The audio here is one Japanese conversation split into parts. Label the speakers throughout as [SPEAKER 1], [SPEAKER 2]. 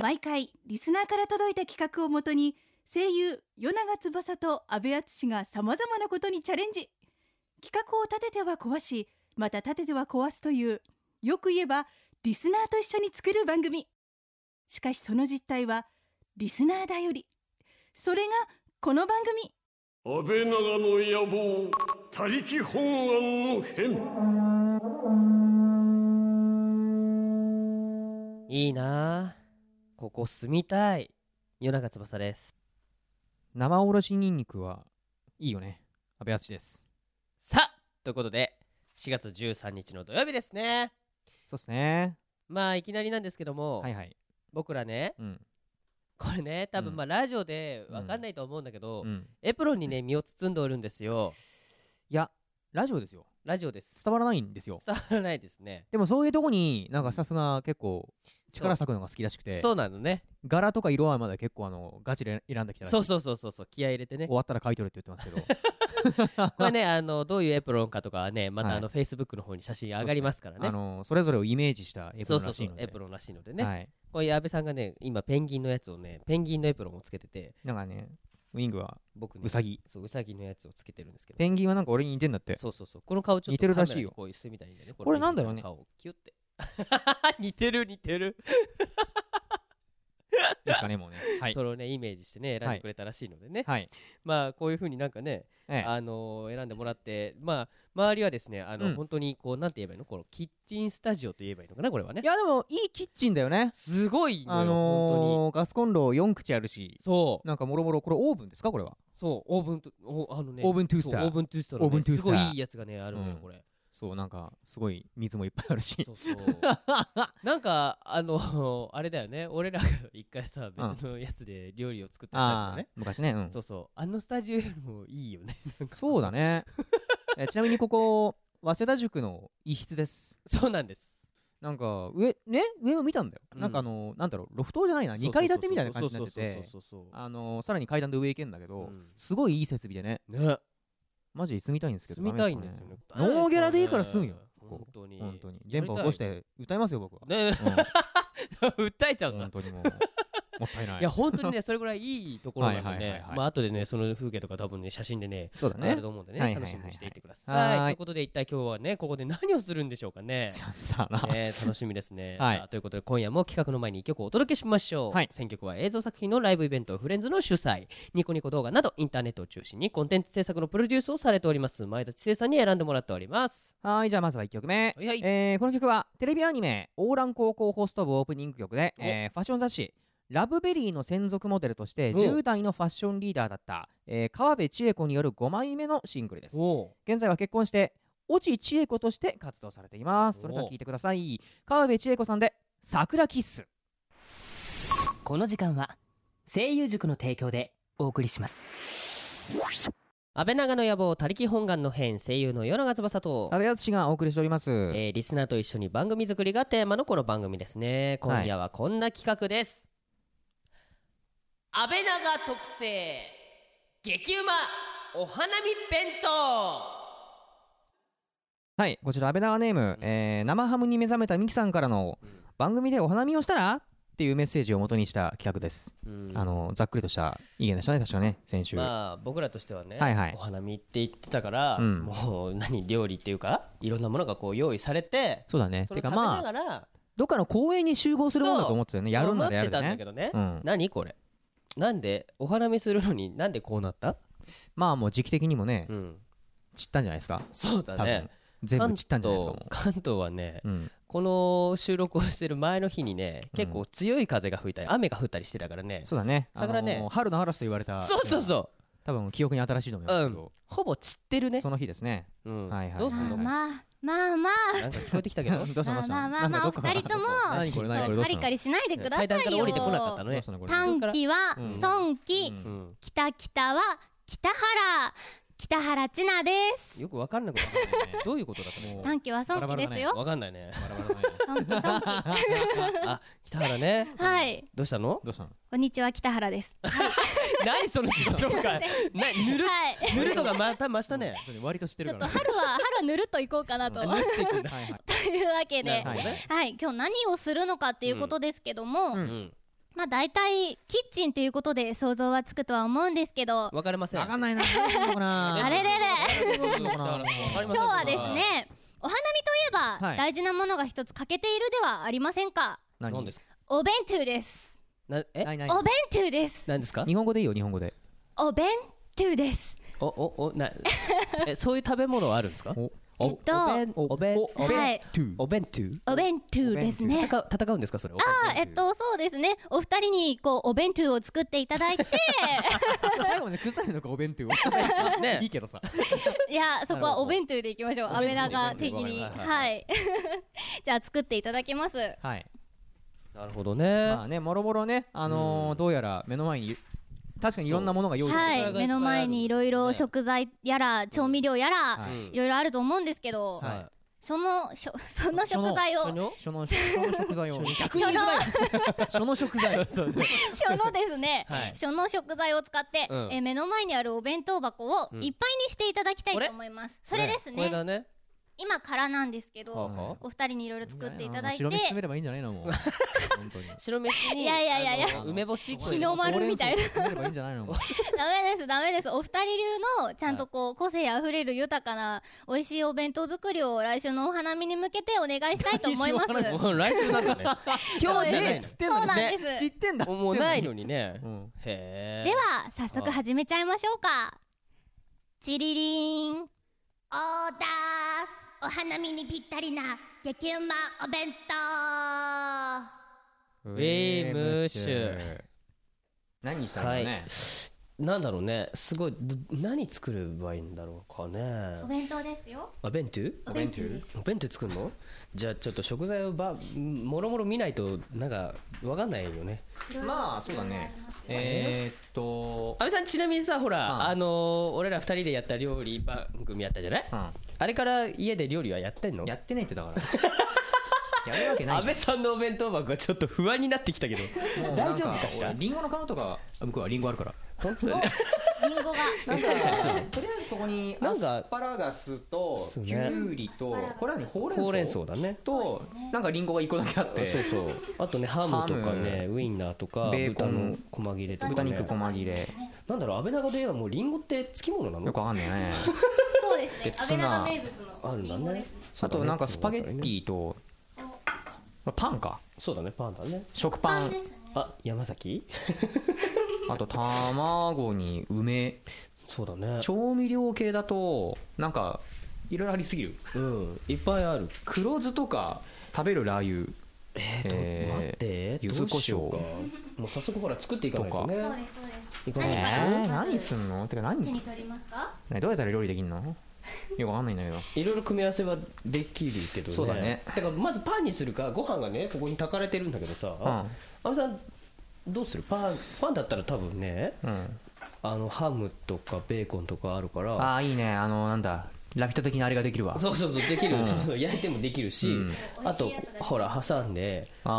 [SPEAKER 1] 毎回リスナーから届いた企画をもとに声優与永翼と阿部淳がさまざまなことにチャレンジ企画を立てては壊しまた立てては壊すというよく言えばリスナーと一緒に作る番組しかしその実態はリスナーだよりそれがこの番組
[SPEAKER 2] 安倍長の野望他力本願の変
[SPEAKER 3] いいなあここ住みたい夜中翼です
[SPEAKER 4] 生おろしニンニクはいいよね阿部淳です
[SPEAKER 3] さあということで4月13日の土曜日ですね
[SPEAKER 4] そうですね
[SPEAKER 3] まあいきなりなんですけども、
[SPEAKER 4] はいはい
[SPEAKER 3] 僕らね
[SPEAKER 4] うん
[SPEAKER 3] これね多分
[SPEAKER 4] うん
[SPEAKER 3] まあラジオでわかんないと思うんだけど、
[SPEAKER 4] うん
[SPEAKER 3] エプロンにね身を包んでおるんですよ
[SPEAKER 4] いやラジオですよ
[SPEAKER 3] ラジオです
[SPEAKER 4] 伝わらないんですよ
[SPEAKER 3] 伝わらないですね
[SPEAKER 4] でもそういうとこになんかスタッフが結構力割くのが好きらしくて
[SPEAKER 3] そうなのね
[SPEAKER 4] 柄とか色はまだ結構あのガチで選んできたらしい
[SPEAKER 3] そうそうそうそうそう気合い入れてね
[SPEAKER 4] 終わったら書いとるって言ってますけど
[SPEAKER 3] これねあのどういうエプロンかとかはねまたあの
[SPEAKER 4] は
[SPEAKER 3] フェイスブックの方に写真上がります からね
[SPEAKER 4] あのそれぞれをイメージしたエプ
[SPEAKER 3] そ
[SPEAKER 4] ロ
[SPEAKER 3] う
[SPEAKER 4] ン
[SPEAKER 3] そう
[SPEAKER 4] らし
[SPEAKER 3] そ
[SPEAKER 4] いうので
[SPEAKER 3] エプロンらしいのでね、
[SPEAKER 4] はい
[SPEAKER 3] これ安倍さんがね今ペンギンのやつをねペンギンのエプロンをつけてて
[SPEAKER 4] なんかねウィングは
[SPEAKER 3] 僕ね
[SPEAKER 4] ウサギ
[SPEAKER 3] そううさぎのやつをつけてるんですけど
[SPEAKER 4] ペンギンはなんか俺に似てんだって
[SPEAKER 3] そうそうそうこの顔ちょっと
[SPEAKER 4] 似てるらしいよ
[SPEAKER 3] カメラにこうしてみたいんだよね
[SPEAKER 4] これなんだろうね
[SPEAKER 3] ペンギンの顔をキュッて似て る似てる、
[SPEAKER 4] ですかねもうねはい
[SPEAKER 3] それをねイメージしてね選んでくれたらしいのでね、
[SPEAKER 4] はい
[SPEAKER 3] まあこういうふうになんかね、
[SPEAKER 4] ええ
[SPEAKER 3] あのー選んでもらってまあ周りはですねあの、
[SPEAKER 4] うん
[SPEAKER 3] 本当にこうなんて言えばいいのこのキッチンスタジオと言えばいいのかなこれはね
[SPEAKER 4] いやでもいいキッチンだよね
[SPEAKER 3] すごいのよ、
[SPEAKER 4] あ
[SPEAKER 3] 本
[SPEAKER 4] のーガスコンロ4口ある
[SPEAKER 3] 当
[SPEAKER 4] し
[SPEAKER 3] にそう
[SPEAKER 4] なんかもろもろこれオーブンですかこれは
[SPEAKER 3] そうオーブンとおあのね
[SPEAKER 4] オーブントゥースター
[SPEAKER 3] そうオーブントゥースターのね
[SPEAKER 4] オーブントゥースター
[SPEAKER 3] すごいいいやつがねあるのよ
[SPEAKER 4] うん
[SPEAKER 3] これ、
[SPEAKER 4] そうなんかすごい水もいっぱいあるし
[SPEAKER 3] そう そうなんかあのあれだよね俺らが一回さ別のやつで料理を作ったやつ
[SPEAKER 4] あ
[SPEAKER 3] だ
[SPEAKER 4] あ
[SPEAKER 3] よね、
[SPEAKER 4] 昔ねうん
[SPEAKER 3] そうそうあのスタジオよりもいいよね なんか
[SPEAKER 4] そう だねえちなみにここ早稲田塾の一室です
[SPEAKER 3] そうなんです
[SPEAKER 4] なんか上ね上を見たんだよ、
[SPEAKER 3] うん
[SPEAKER 4] なんかあのなんだろうロフトじゃないな2階建てみたいな感じになってて
[SPEAKER 3] そうそうそうそう
[SPEAKER 4] あのさらに階段で上行けんだけ
[SPEAKER 3] う
[SPEAKER 4] ど、
[SPEAKER 3] ん
[SPEAKER 4] すごいいい設備でね
[SPEAKER 3] そうそうね
[SPEAKER 4] マジで住みたいんですけど
[SPEAKER 3] 住みたいんですよね
[SPEAKER 4] ダメですかねノーギャラでいいから住むよここ
[SPEAKER 3] 本当に
[SPEAKER 4] 本当に電波起こして歌いますよ僕は、
[SPEAKER 3] ね 訴えちゃ
[SPEAKER 4] う
[SPEAKER 3] うんんだ
[SPEAKER 4] 本当に もうもったいない
[SPEAKER 3] いや本当にねそれぐらいいいところなん
[SPEAKER 4] はい
[SPEAKER 3] で
[SPEAKER 4] はいはい
[SPEAKER 3] ね
[SPEAKER 4] はい
[SPEAKER 3] まあ後でねその風景とか多分ね写真でね
[SPEAKER 4] そうだ
[SPEAKER 3] あ
[SPEAKER 4] ね
[SPEAKER 3] ると思うんで
[SPEAKER 4] は
[SPEAKER 3] ね
[SPEAKER 4] いはいは
[SPEAKER 3] 楽
[SPEAKER 4] いは
[SPEAKER 3] し
[SPEAKER 4] い
[SPEAKER 3] みにしていてくだ
[SPEAKER 4] は
[SPEAKER 3] さ
[SPEAKER 4] ー
[SPEAKER 3] いとい
[SPEAKER 4] い
[SPEAKER 3] うことで一体今日はねここで何をするんでしょうかね
[SPEAKER 4] ささあな、
[SPEAKER 3] ね、楽しみですね、
[SPEAKER 4] はい
[SPEAKER 3] さあということで今夜も企画の前に一曲をお届けしましょう、
[SPEAKER 4] はい
[SPEAKER 3] 選曲は映像作品のライブイベントフレンズの主催ニコニコ動画などインターネットを中心にコンテンツ制作のプロデュースをされております前田知世さんに選んでもらっております
[SPEAKER 4] はいじゃあまずは1曲目
[SPEAKER 3] はいはい
[SPEAKER 4] えーこの曲はテレビアニメ「オーラン高校ホスト部」オープニング曲で、
[SPEAKER 3] お
[SPEAKER 4] えーファッション雑誌「ラブベリー」の専属モデルとして
[SPEAKER 3] お
[SPEAKER 4] 10代のファッションリーダーだった、えー川辺千恵子による5枚目のシングルです
[SPEAKER 3] お
[SPEAKER 4] 現在は結婚して落ち千恵子として活動されていますそれでは
[SPEAKER 3] お
[SPEAKER 4] 聴いてください川辺千恵子さんで「桜キッス
[SPEAKER 5] この時間は声優塾の提供でお送りします
[SPEAKER 3] 安倍長の野望他力本願の編声優の与永翼」と
[SPEAKER 4] 阿部淳がお送りしております、
[SPEAKER 3] えーリスナーと一緒に番組作りがテーマのこの番組ですね
[SPEAKER 4] はい
[SPEAKER 3] 今夜はこんな企画です、安倍長特製激うまお花見弁当
[SPEAKER 4] はいこちら阿部長ネーム、えー生ハムに目覚めたミキさんからの
[SPEAKER 3] うん
[SPEAKER 4] 「番組でお花見をしたら?」っていうメッセージを元にした企画ですあのざっくりとした意見でしたね確かね先週、
[SPEAKER 3] まあ僕らとしてはね、
[SPEAKER 4] はいはい
[SPEAKER 3] お花見って言ってたから、
[SPEAKER 4] うん
[SPEAKER 3] もう何料理っていうかいろんなものがこう用意されて
[SPEAKER 4] そうだね
[SPEAKER 3] それ
[SPEAKER 4] て
[SPEAKER 3] を食
[SPEAKER 4] か
[SPEAKER 3] べな
[SPEAKER 4] ま
[SPEAKER 3] が
[SPEAKER 4] あ
[SPEAKER 3] ら、
[SPEAKER 4] どっかの公園に集合するものだと思ってたよねやるん
[SPEAKER 3] 思
[SPEAKER 4] だ
[SPEAKER 3] っ
[SPEAKER 4] らや
[SPEAKER 3] て
[SPEAKER 4] る
[SPEAKER 3] た
[SPEAKER 4] で
[SPEAKER 3] んだ
[SPEAKER 4] ね
[SPEAKER 3] けどね、
[SPEAKER 4] うん
[SPEAKER 3] 何これなんでお花見するのになんでこうなった、
[SPEAKER 4] まあもう時期的にもね
[SPEAKER 3] うん、
[SPEAKER 4] 散ったんじゃないですか
[SPEAKER 3] そうだ
[SPEAKER 4] 多
[SPEAKER 3] ね
[SPEAKER 4] 分全部散ったんじゃないですかも
[SPEAKER 3] 関東関東はね
[SPEAKER 4] ううん
[SPEAKER 3] この収録をしてる前の日にね
[SPEAKER 4] うん
[SPEAKER 3] 結構強い風が吹いたり、雨が降ったりしてたからね
[SPEAKER 4] そうだね
[SPEAKER 3] 桜ね
[SPEAKER 4] あのー春の嵐と言われた
[SPEAKER 3] そうそう
[SPEAKER 4] う
[SPEAKER 3] そ
[SPEAKER 4] 多分記憶に新しいと思いますけど
[SPEAKER 3] うほぼ散ってるね
[SPEAKER 4] その日ですね
[SPEAKER 3] うん
[SPEAKER 4] はいはいはい
[SPEAKER 3] どうすんの
[SPEAKER 6] まあまあまあま
[SPEAKER 3] なんか聞こえてきたけ
[SPEAKER 4] ど
[SPEAKER 3] ど
[SPEAKER 4] うしたどうした
[SPEAKER 6] まあまあま
[SPEAKER 4] な
[SPEAKER 6] あ
[SPEAKER 4] んかどっか
[SPEAKER 6] お二人とも
[SPEAKER 4] 何これ何
[SPEAKER 6] あ
[SPEAKER 4] これ
[SPEAKER 6] そう
[SPEAKER 4] どうした
[SPEAKER 6] カリ
[SPEAKER 4] の
[SPEAKER 6] カリしないでください
[SPEAKER 3] 階段
[SPEAKER 6] よ
[SPEAKER 3] から降りてこなかったの
[SPEAKER 4] どう
[SPEAKER 3] ね
[SPEAKER 4] したのこれ
[SPEAKER 6] 短期は
[SPEAKER 4] うん
[SPEAKER 6] 孫期、
[SPEAKER 4] うん
[SPEAKER 3] うん
[SPEAKER 6] 北北は北原北原千奈です
[SPEAKER 3] よくわかんなくなったねどういうことだった
[SPEAKER 4] も
[SPEAKER 3] ね
[SPEAKER 6] 短期は孫期ですよ
[SPEAKER 3] わかんないね
[SPEAKER 4] バラバラだね
[SPEAKER 6] 孫期孫期
[SPEAKER 3] あ北原ね
[SPEAKER 6] はい
[SPEAKER 3] どうした の
[SPEAKER 4] どうしたの
[SPEAKER 6] こんにちは北原です
[SPEAKER 3] 何その自己紹介なぬる
[SPEAKER 6] はい
[SPEAKER 3] ぬるとかまた増したね
[SPEAKER 4] それ割と知って
[SPEAKER 6] ちょ
[SPEAKER 4] る
[SPEAKER 6] っ
[SPEAKER 4] か
[SPEAKER 6] と
[SPEAKER 4] ら
[SPEAKER 6] 春は春はぬるっといこうかなとと
[SPEAKER 3] あ
[SPEAKER 6] いう
[SPEAKER 3] 縫
[SPEAKER 6] わ
[SPEAKER 3] っていくんだ
[SPEAKER 4] はいはい
[SPEAKER 6] けで、
[SPEAKER 3] なるほ
[SPEAKER 6] は
[SPEAKER 3] ど
[SPEAKER 6] い
[SPEAKER 3] ね
[SPEAKER 6] 今日何をするのかっていうことですけども、
[SPEAKER 4] うん
[SPEAKER 3] うん
[SPEAKER 6] まあ大体キッチンっていうことで想像はつくとは思うんですけど
[SPEAKER 3] わかりません
[SPEAKER 4] わかん ないな。どうかな
[SPEAKER 6] あれれれ
[SPEAKER 4] どうかな
[SPEAKER 6] 今日はですねお花見といえば、
[SPEAKER 4] はい
[SPEAKER 6] 大事なものが一つ欠けているではありませんか
[SPEAKER 3] 何ですか
[SPEAKER 6] お弁当です
[SPEAKER 3] なえ
[SPEAKER 4] ないない
[SPEAKER 6] お弁当です
[SPEAKER 3] 何ですか
[SPEAKER 4] 日本語でいいよ日本語で。
[SPEAKER 6] お弁当です
[SPEAKER 3] おおおなえそういう食べ物はあるんですか
[SPEAKER 4] お
[SPEAKER 3] お
[SPEAKER 6] えっと
[SPEAKER 3] お弁お弁
[SPEAKER 4] お
[SPEAKER 3] お
[SPEAKER 6] は
[SPEAKER 3] 弁
[SPEAKER 6] い
[SPEAKER 3] お弁当
[SPEAKER 6] お弁当ですね
[SPEAKER 3] 戦う戦うんですかそれ
[SPEAKER 6] あーえっとそうですねお二人にこうお弁当を作っていただいて
[SPEAKER 4] 最後まで腐るのかお弁当。
[SPEAKER 3] ね
[SPEAKER 4] いいけどさ。
[SPEAKER 6] いやそこはお弁当でいきましょう
[SPEAKER 4] なる
[SPEAKER 6] 安
[SPEAKER 4] ほ
[SPEAKER 6] 倍
[SPEAKER 4] ど
[SPEAKER 6] 長的に
[SPEAKER 4] お弁当
[SPEAKER 6] はいじゃあ作っていた だきます
[SPEAKER 4] はい。
[SPEAKER 3] なるほどね
[SPEAKER 4] まあねもろもろねあの
[SPEAKER 3] う
[SPEAKER 4] ーどうやら目の前に確かにいろんなものが用意され
[SPEAKER 6] は
[SPEAKER 4] て
[SPEAKER 3] お互いいっぱいあ
[SPEAKER 6] い
[SPEAKER 3] る
[SPEAKER 6] 目の前にいろいろ
[SPEAKER 3] ね
[SPEAKER 6] 食材やら調味料やら
[SPEAKER 4] はい
[SPEAKER 6] ろいろあると思うんですけど、
[SPEAKER 4] はい
[SPEAKER 6] そのしょ その食材を
[SPEAKER 4] そ
[SPEAKER 6] その
[SPEAKER 4] のその食材を逆に言いづらいその食 材
[SPEAKER 6] ですね、
[SPEAKER 3] はい
[SPEAKER 6] その食材を使って、
[SPEAKER 3] うん
[SPEAKER 6] えー目の前にあるお弁当箱をいっぱ
[SPEAKER 3] う
[SPEAKER 6] い
[SPEAKER 3] ん
[SPEAKER 6] にしていただきたいと思います、それです
[SPEAKER 3] これ
[SPEAKER 6] ね
[SPEAKER 3] だね
[SPEAKER 6] 今からなんですけ
[SPEAKER 3] はあ
[SPEAKER 6] ど
[SPEAKER 3] はあ
[SPEAKER 6] お二人にいろいろ作っていただいて
[SPEAKER 4] 白飯詰めればいいんじゃないのもう本当に
[SPEAKER 3] 白飯に
[SPEAKER 6] いやいやいやいや
[SPEAKER 3] あの梅干し
[SPEAKER 6] 日の丸みたい
[SPEAKER 4] ほう
[SPEAKER 6] な
[SPEAKER 4] れん草詰めればいいんじゃないのもう
[SPEAKER 6] ダメですダメですお二人流のちゃんとこう個性あふれる豊かな美味しいお弁当作りを来週のお花見に向けてお願いしたいと思い ます
[SPEAKER 3] もう来週なんだね 今日じゃない
[SPEAKER 4] ね
[SPEAKER 3] の
[SPEAKER 4] つってんのに
[SPEAKER 6] そうなん
[SPEAKER 4] ね
[SPEAKER 6] です
[SPEAKER 4] 知ってんだ
[SPEAKER 3] もうもうないのにね
[SPEAKER 4] うん
[SPEAKER 3] へえ
[SPEAKER 6] では早速始めちゃいましょうかチリリンオーダーお花見にぴったりな激うまお弁当
[SPEAKER 3] ウェイムッシュ
[SPEAKER 4] 何したらいいのね
[SPEAKER 3] なんだろうねすごいど何作ればいいんだろうかね
[SPEAKER 6] お弁当ですよ
[SPEAKER 3] お弁当
[SPEAKER 6] お弁当です
[SPEAKER 3] お弁当作るのじゃあちょっと食材をばもろもろ見ないとなんかわかんないよね
[SPEAKER 4] まあそうだねえーっと
[SPEAKER 3] 安倍さんちなみにさほら、
[SPEAKER 4] うん
[SPEAKER 3] あのー俺ら二人でやった料理番組やったじゃない、
[SPEAKER 4] う
[SPEAKER 3] あれから家で料理はやってんの
[SPEAKER 4] んやってないってだから やるわけない
[SPEAKER 3] 安
[SPEAKER 4] じ
[SPEAKER 3] 倍
[SPEAKER 4] ゃ
[SPEAKER 3] さんのお弁当箱がちょっと不安になってきたけど
[SPEAKER 4] んもうな ん
[SPEAKER 3] 大丈夫かしら
[SPEAKER 4] 俺リンゴの皮とか向こうはリンゴあるから
[SPEAKER 3] 本当に
[SPEAKER 6] リンゴが
[SPEAKER 4] なんか
[SPEAKER 3] シャリシャリする
[SPEAKER 4] とりあえずそこに
[SPEAKER 3] な
[SPEAKER 4] ア
[SPEAKER 3] んか
[SPEAKER 4] スパラガスと
[SPEAKER 3] そうね
[SPEAKER 4] キュウリとこれはねほ
[SPEAKER 3] ほう
[SPEAKER 4] う
[SPEAKER 3] れ
[SPEAKER 4] れ
[SPEAKER 3] ん
[SPEAKER 4] ん
[SPEAKER 3] 草
[SPEAKER 4] 草
[SPEAKER 3] だね
[SPEAKER 4] となんかリンゴが一個だけあっ
[SPEAKER 3] あそう
[SPEAKER 4] て
[SPEAKER 3] そうあとねハムとか
[SPEAKER 4] ハ
[SPEAKER 3] ねウインナーとか
[SPEAKER 4] ベーコ
[SPEAKER 3] 豚
[SPEAKER 4] ン
[SPEAKER 3] の細切れとか、ね、
[SPEAKER 4] 豚肉細切れ
[SPEAKER 3] なんだろう安倍長で言えばもうリンゴって付き物なの
[SPEAKER 4] よくわかんないね
[SPEAKER 6] そうですね
[SPEAKER 4] 別
[SPEAKER 6] 安
[SPEAKER 4] な
[SPEAKER 6] 倍長名
[SPEAKER 3] あ
[SPEAKER 6] 物
[SPEAKER 3] る
[SPEAKER 6] の
[SPEAKER 3] んだ
[SPEAKER 6] リンゴで
[SPEAKER 3] ね
[SPEAKER 6] す
[SPEAKER 4] あとなんかスパゲッテ
[SPEAKER 3] ィ
[SPEAKER 4] ィとパンか
[SPEAKER 3] そうだねパンだね
[SPEAKER 4] 食パ
[SPEAKER 6] パン
[SPEAKER 4] ン
[SPEAKER 6] ですね
[SPEAKER 3] あ山崎
[SPEAKER 4] あと卵に梅
[SPEAKER 3] そうだね
[SPEAKER 4] 調味料系だとなんかいろいろありすぎる
[SPEAKER 3] うんいっぱいある
[SPEAKER 4] 黒酢とか食べるラー油
[SPEAKER 3] えーと、
[SPEAKER 4] えー
[SPEAKER 3] 待って
[SPEAKER 4] 柚
[SPEAKER 3] ど
[SPEAKER 4] 子
[SPEAKER 3] うしようか
[SPEAKER 4] 胡
[SPEAKER 3] もう早速ほら作っていかないとね
[SPEAKER 6] そうですそうです
[SPEAKER 3] いか
[SPEAKER 6] 何
[SPEAKER 3] ないと
[SPEAKER 6] から
[SPEAKER 4] えー何すんのてか
[SPEAKER 6] 手
[SPEAKER 4] 何
[SPEAKER 6] に取りますか
[SPEAKER 4] 何どうやったら料理できんのよくわかんないんだけど
[SPEAKER 3] いろいろ組み合わせはできるけどね
[SPEAKER 4] そうだね
[SPEAKER 3] からまずパンにするかご飯がねここに炊かれてるんだけどさ、安倍さんどうするパンパンだったら多分ね
[SPEAKER 4] うんうん
[SPEAKER 3] あのハムとかベーコンとかあるから
[SPEAKER 4] ああーいいねあのなんだラピュタ的なあれができるわ
[SPEAKER 3] そうそうそうできる、
[SPEAKER 4] うん
[SPEAKER 3] そうそう焼いてもできるし、
[SPEAKER 4] うん
[SPEAKER 3] あとほら挟んであ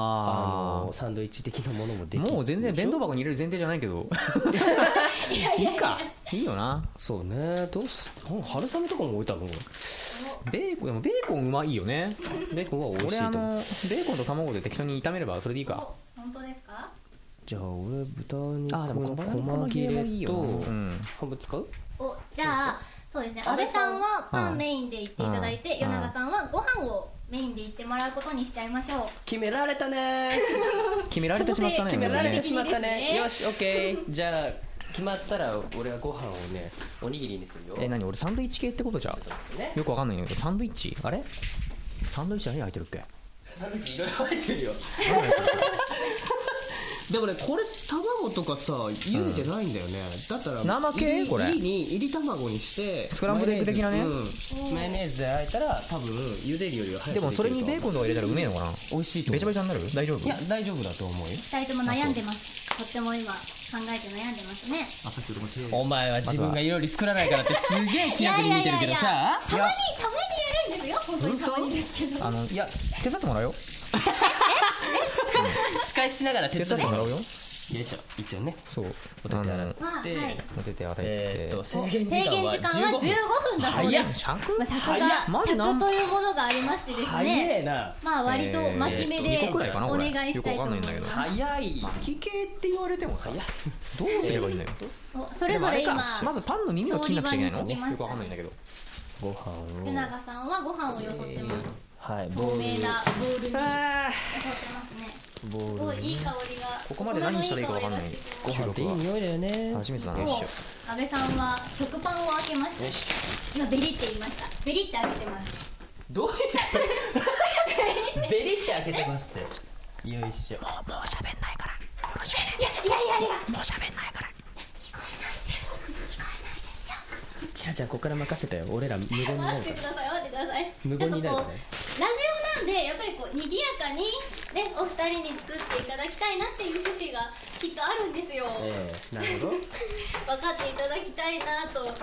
[SPEAKER 4] あ
[SPEAKER 3] のサンドイッチ的なものもで
[SPEAKER 4] あ
[SPEAKER 3] きる
[SPEAKER 4] もう全然
[SPEAKER 3] でし
[SPEAKER 4] 弁
[SPEAKER 3] ょ
[SPEAKER 4] 当箱に入れる前提じゃないけ どいいかいいよな
[SPEAKER 3] そうねどうすあ春雨とかも置いたのこれ
[SPEAKER 4] ベーコンでもベーコンうまいよね
[SPEAKER 3] ベーコンは美味し
[SPEAKER 4] 俺
[SPEAKER 3] い
[SPEAKER 4] あ
[SPEAKER 3] と思う
[SPEAKER 4] のベーコンと卵で適当に炒めればそれでいいか
[SPEAKER 6] 本当ですか
[SPEAKER 3] じゃあ俺豚
[SPEAKER 4] あーでも
[SPEAKER 3] 肉
[SPEAKER 4] 小
[SPEAKER 3] の細
[SPEAKER 4] 腹
[SPEAKER 3] 切
[SPEAKER 4] 切れ
[SPEAKER 3] れ
[SPEAKER 4] もいいよ
[SPEAKER 3] と
[SPEAKER 4] なうん
[SPEAKER 3] ハム使う
[SPEAKER 6] おじゃあそうですね安倍さんはパンメインで行っていただいて
[SPEAKER 4] うん
[SPEAKER 6] 与永さんはご飯をメインで行ってもらうことにしちゃいましょう
[SPEAKER 3] 決められたね
[SPEAKER 4] 決められてしまったね
[SPEAKER 6] 決
[SPEAKER 3] 決められてしまった
[SPEAKER 6] いいです
[SPEAKER 3] ね
[SPEAKER 6] ね
[SPEAKER 3] よしオッケーじゃあ決まったら俺はご飯をねおにぎりにするよ
[SPEAKER 4] え何俺サンドイッチ系ってことじゃ
[SPEAKER 3] ね
[SPEAKER 4] よくわかんないんだけどサンドイッチあれサンドイッチ何入ってるっけ
[SPEAKER 3] サンドイッチいろいろ入ってるよでもねこれ卵とかさ茹でてないんだよね、だったら
[SPEAKER 4] 生系
[SPEAKER 3] 入り
[SPEAKER 4] これ
[SPEAKER 3] 入りに入り卵にして
[SPEAKER 4] スクランブルエッグ的なね
[SPEAKER 3] マヨネーズうんマヨネーズで焼いたら多分茹でるよりは早く
[SPEAKER 4] でもそれにベーコンとか入れたらうめえのかな
[SPEAKER 3] 美味しいと思う
[SPEAKER 4] べちゃべちゃになる大丈夫
[SPEAKER 3] いや大丈夫だと思うよ
[SPEAKER 6] 二人とも悩んでますとっても今考えて悩んでますね
[SPEAKER 3] お前は自分が料理作らないからってすげえ気楽に見てるけど
[SPEAKER 6] いやいやい
[SPEAKER 3] さ
[SPEAKER 6] たまにたまにやるんですよ本当にたまにですけど
[SPEAKER 4] あのいや手伝ってもらうよ
[SPEAKER 3] 司会しながら手
[SPEAKER 4] 手伝
[SPEAKER 3] 伝
[SPEAKER 4] っ
[SPEAKER 3] ってて
[SPEAKER 4] も
[SPEAKER 3] も
[SPEAKER 4] ら
[SPEAKER 3] ら
[SPEAKER 4] う
[SPEAKER 3] う
[SPEAKER 4] よ
[SPEAKER 3] よいしょ一応ね
[SPEAKER 4] そう
[SPEAKER 3] お手手洗
[SPEAKER 4] あ
[SPEAKER 3] っ
[SPEAKER 4] の
[SPEAKER 3] て
[SPEAKER 6] わあはい
[SPEAKER 4] お手手洗いって、
[SPEAKER 3] えーっと制
[SPEAKER 6] お
[SPEAKER 3] 限時間は
[SPEAKER 6] 制限時間
[SPEAKER 3] 15分
[SPEAKER 6] は分だそう
[SPEAKER 3] 早
[SPEAKER 6] で
[SPEAKER 3] っ
[SPEAKER 6] す、
[SPEAKER 4] 尺
[SPEAKER 6] まあ、尺
[SPEAKER 3] 早
[SPEAKER 6] が
[SPEAKER 3] っマジな
[SPEAKER 6] 尺というものがありましてです
[SPEAKER 3] 早
[SPEAKER 6] ね
[SPEAKER 3] えな
[SPEAKER 6] まあ割と巻き目
[SPEAKER 4] えー
[SPEAKER 6] で
[SPEAKER 4] 二個
[SPEAKER 6] お
[SPEAKER 4] くらいかなこれ
[SPEAKER 6] 願いしたいと思い
[SPEAKER 4] よく
[SPEAKER 6] ま
[SPEAKER 4] わ
[SPEAKER 6] す
[SPEAKER 4] かんないんだ
[SPEAKER 3] 早い
[SPEAKER 4] 聞けって言われてもさ
[SPEAKER 3] 早い
[SPEAKER 4] どうすればいいのよ
[SPEAKER 6] おそれぞれ
[SPEAKER 4] でもあ
[SPEAKER 6] 今
[SPEAKER 4] かまずパンの耳を切んなくちゃいけない
[SPEAKER 6] 調理場に行きま
[SPEAKER 4] の
[SPEAKER 6] した
[SPEAKER 4] よくわかんないんだけど
[SPEAKER 3] ご飯を
[SPEAKER 6] 福永さんはご飯をよそってます
[SPEAKER 3] はいボ
[SPEAKER 6] 透
[SPEAKER 3] ー
[SPEAKER 6] 明
[SPEAKER 3] ル
[SPEAKER 6] なボールによそってますね
[SPEAKER 3] ボ
[SPEAKER 6] お
[SPEAKER 3] ール
[SPEAKER 6] いい
[SPEAKER 3] に
[SPEAKER 6] 香りが
[SPEAKER 4] ここまで何したらいいかわかんない
[SPEAKER 6] 米
[SPEAKER 3] ご
[SPEAKER 6] の香りが
[SPEAKER 3] 飯っていい
[SPEAKER 6] してきま
[SPEAKER 3] 匂いだよね
[SPEAKER 4] 楽しみだな
[SPEAKER 6] すお安倍さんは食パンを開けました
[SPEAKER 3] よし
[SPEAKER 6] 今ベリって言いましたベリって開けてます
[SPEAKER 3] どういうベリって開けてますってよいしょ
[SPEAKER 4] もう喋んないからよろしく
[SPEAKER 6] いやいやいやいや
[SPEAKER 4] もう喋んないから
[SPEAKER 3] ちらちゃんここから任せたよ俺ら無言にな
[SPEAKER 6] 待
[SPEAKER 3] る
[SPEAKER 6] っ
[SPEAKER 3] か
[SPEAKER 6] て
[SPEAKER 3] ら
[SPEAKER 6] ください待ってください
[SPEAKER 3] 無言になる
[SPEAKER 6] ちょ
[SPEAKER 3] か
[SPEAKER 6] っとこうラジオなんでやっぱりこう賑やかにねお二人に作っていただきたいなっていう趣旨がきっとあるんですよ、
[SPEAKER 3] ええなるほど
[SPEAKER 6] 分かっていただきたいなと思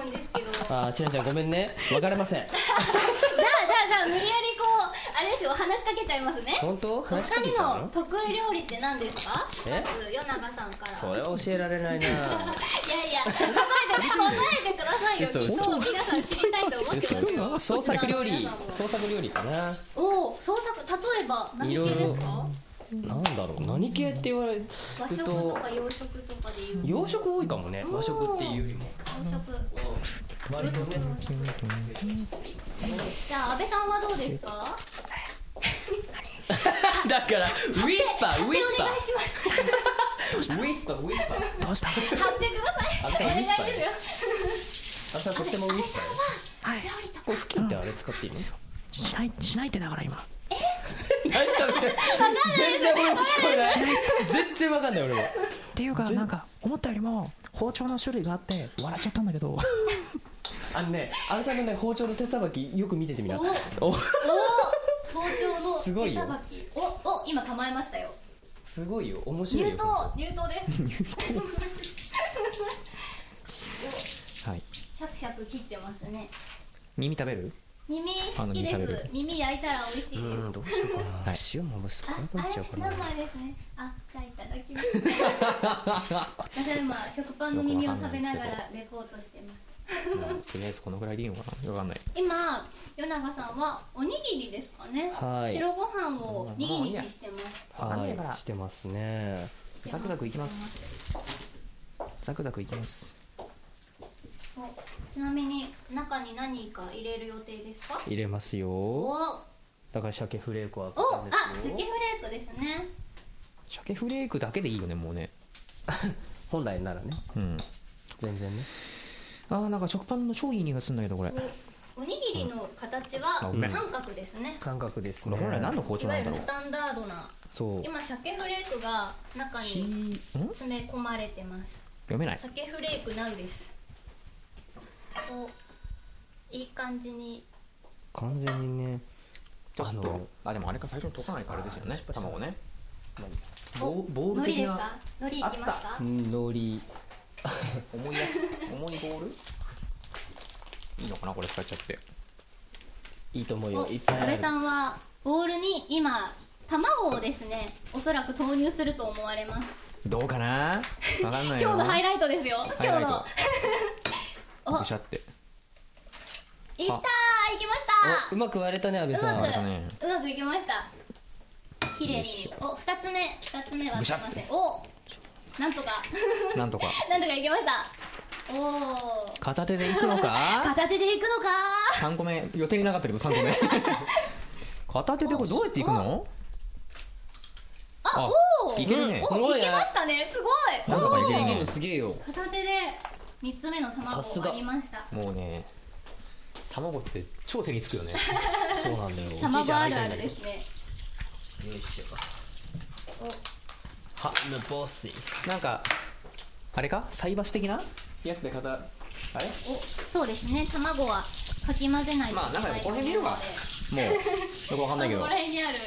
[SPEAKER 6] うんですけ どじゃあ
[SPEAKER 3] あーちらちゃんごめんね分かれません
[SPEAKER 6] じゃあじゃあ無理やりこうあれですよ話しかけちゃいますね
[SPEAKER 3] 本当
[SPEAKER 6] お二
[SPEAKER 3] 話しかけち
[SPEAKER 6] 人
[SPEAKER 3] ゃう
[SPEAKER 6] の
[SPEAKER 3] の
[SPEAKER 6] 得意料理って何ですかま
[SPEAKER 3] え
[SPEAKER 6] ず与永さんから
[SPEAKER 3] それは教えられないな
[SPEAKER 6] いやいや答えて答えてくださいよ
[SPEAKER 3] 嘘
[SPEAKER 6] きっ
[SPEAKER 3] 嘘
[SPEAKER 6] と皆さん知りたいと思ってますよ
[SPEAKER 3] 創作料理
[SPEAKER 6] リ
[SPEAKER 3] 創作料理かな
[SPEAKER 6] おお創作例えば何系ですか
[SPEAKER 3] なんだろう何系って言われる
[SPEAKER 6] 和食と
[SPEAKER 3] と
[SPEAKER 6] か洋食とかでいう
[SPEAKER 3] 洋食多いかもね
[SPEAKER 6] うん
[SPEAKER 3] 和食っていうよりも
[SPEAKER 6] 洋食
[SPEAKER 3] 割とね
[SPEAKER 6] じゃあ安倍さんはどうですか
[SPEAKER 3] だからウィスパーウィ
[SPEAKER 6] でお
[SPEAKER 3] スパ
[SPEAKER 6] 願いします
[SPEAKER 3] ーウィスパーウィスパー
[SPEAKER 4] どうした
[SPEAKER 6] 貼ってくださいお願いですよ
[SPEAKER 3] あさとってもウィスパー
[SPEAKER 4] はい
[SPEAKER 3] よこれ布巾ってあれ使っていいの
[SPEAKER 4] しないしないってだから今
[SPEAKER 3] 何しゃべってる全然俺も聞こえない全然わかんない俺も
[SPEAKER 4] っていうかなんか思ったよりも包丁の種類があって笑っちゃったんだけど
[SPEAKER 3] あのね安倍さんのね包丁の手さばきよく見ててみな
[SPEAKER 6] お
[SPEAKER 3] お
[SPEAKER 6] お包丁の
[SPEAKER 3] すごい
[SPEAKER 6] 手
[SPEAKER 3] よ
[SPEAKER 6] さばきおお今構えましたよ
[SPEAKER 3] すごいよ面白い
[SPEAKER 6] 入
[SPEAKER 3] よ
[SPEAKER 6] 刀入刀です
[SPEAKER 4] はい
[SPEAKER 6] シャクシャク切ってますね
[SPEAKER 4] 耳食べる
[SPEAKER 6] 耳
[SPEAKER 4] あ
[SPEAKER 6] 好
[SPEAKER 4] の
[SPEAKER 6] きで
[SPEAKER 4] 見た目
[SPEAKER 6] す
[SPEAKER 4] で
[SPEAKER 6] 耳焼いたら美味し
[SPEAKER 3] う
[SPEAKER 6] いです
[SPEAKER 3] んどうしようかな、
[SPEAKER 4] はい
[SPEAKER 3] 塩まぶすと
[SPEAKER 6] あ
[SPEAKER 3] こうな
[SPEAKER 6] あ
[SPEAKER 3] っ
[SPEAKER 6] れ
[SPEAKER 3] ちゃうかな
[SPEAKER 6] 生ですねあじゃあいただきます 私は今食パンの耳を食べながらレポートしてます
[SPEAKER 4] とりあえずこのぐらいでいいのかなわかんない
[SPEAKER 6] 今与永さんはおにぎりですかね、
[SPEAKER 3] はい
[SPEAKER 6] 白ご飯をにぎにぎしてます
[SPEAKER 3] はいしてますね
[SPEAKER 4] ザクザクいきますザクザクいきます
[SPEAKER 6] おちなみに中に何か入れる予定ですか
[SPEAKER 3] 入れます
[SPEAKER 6] お
[SPEAKER 3] よ
[SPEAKER 6] おあ
[SPEAKER 3] だから鮭フレークは買ったん
[SPEAKER 6] 鮭
[SPEAKER 3] です
[SPEAKER 6] フ
[SPEAKER 3] よ
[SPEAKER 6] レークですね
[SPEAKER 4] 鮭フレークだけでいいよねもうね
[SPEAKER 3] 本来ならね
[SPEAKER 4] うん
[SPEAKER 3] 全然ね
[SPEAKER 4] あーなんか食パンの超いい匂いがするんだけどこれ
[SPEAKER 6] おおにぎりの形
[SPEAKER 4] あ
[SPEAKER 6] は
[SPEAKER 4] ごめん
[SPEAKER 6] 三角ですね
[SPEAKER 3] 感覚です
[SPEAKER 4] これ
[SPEAKER 3] ね
[SPEAKER 4] 本来何の包
[SPEAKER 6] い
[SPEAKER 4] 丁
[SPEAKER 6] わ
[SPEAKER 4] な
[SPEAKER 6] ゆ
[SPEAKER 4] んだろ
[SPEAKER 6] る
[SPEAKER 4] う
[SPEAKER 6] スタンダードな
[SPEAKER 3] そう
[SPEAKER 6] 今鮭フレークが中に
[SPEAKER 3] し
[SPEAKER 6] 詰め込まれてます
[SPEAKER 4] 読めない
[SPEAKER 6] 鮭フレークなんですおいい感じに
[SPEAKER 3] 完全にね
[SPEAKER 4] あ
[SPEAKER 3] あの
[SPEAKER 4] あでもあれか最初に溶かないとあれですよね卵ね
[SPEAKER 3] ボ
[SPEAKER 6] お
[SPEAKER 3] ボール
[SPEAKER 6] 海苔
[SPEAKER 3] 的
[SPEAKER 6] です
[SPEAKER 3] な
[SPEAKER 6] か海苔いきますか
[SPEAKER 3] うん海苔
[SPEAKER 4] 重いやつ重いボールいいのかなこれ使っちゃって
[SPEAKER 3] いいと思う
[SPEAKER 6] お
[SPEAKER 3] よいっぱい
[SPEAKER 6] 阿
[SPEAKER 3] あ
[SPEAKER 6] 部
[SPEAKER 3] る
[SPEAKER 6] さんはボウルに今卵をですねおそらく投入すると思われます
[SPEAKER 4] どうかなわかんないよ
[SPEAKER 6] 今日のハイライトですよ
[SPEAKER 4] ハイ
[SPEAKER 6] 今
[SPEAKER 4] ラ
[SPEAKER 6] 日
[SPEAKER 4] イト
[SPEAKER 6] のおい
[SPEAKER 4] ぐしゃって
[SPEAKER 6] ったーいきまし
[SPEAKER 3] おうまく割れたね安倍
[SPEAKER 6] た
[SPEAKER 3] さ
[SPEAKER 6] うんま
[SPEAKER 4] れたね
[SPEAKER 6] くうまくいきました綺麗にお二つ目二つ目は
[SPEAKER 4] ぐ
[SPEAKER 6] す
[SPEAKER 4] しゃ
[SPEAKER 6] い
[SPEAKER 4] っ
[SPEAKER 6] ませんおなんとか
[SPEAKER 4] なんとか
[SPEAKER 6] なんとかいきましたおお
[SPEAKER 4] 片手でいくのか
[SPEAKER 6] 片手でいくのか
[SPEAKER 4] 3個目予定になかったけど3個目片手でこれどうやっていくの
[SPEAKER 6] ーあ
[SPEAKER 4] あ
[SPEAKER 6] おお
[SPEAKER 4] いけるね
[SPEAKER 6] お
[SPEAKER 3] すごい
[SPEAKER 6] い
[SPEAKER 3] ね
[SPEAKER 6] けましたねすご
[SPEAKER 4] な
[SPEAKER 6] い
[SPEAKER 4] んとかいけるね
[SPEAKER 3] すげえよ
[SPEAKER 6] 片手で三つ目の
[SPEAKER 3] さす
[SPEAKER 6] 卵
[SPEAKER 3] が
[SPEAKER 6] 割りました
[SPEAKER 4] もうね卵って超手につくよね
[SPEAKER 3] そうなんだよ
[SPEAKER 6] 卵あるあるですね
[SPEAKER 3] よいしょハムボスイ
[SPEAKER 4] なんかあれか菜箸的なやつで片あれ
[SPEAKER 6] おそうですね卵はかき混ぜないと
[SPEAKER 4] まあなんかねこの辺見
[SPEAKER 6] る
[SPEAKER 4] ればもうよくわかんないけど
[SPEAKER 6] この辺にある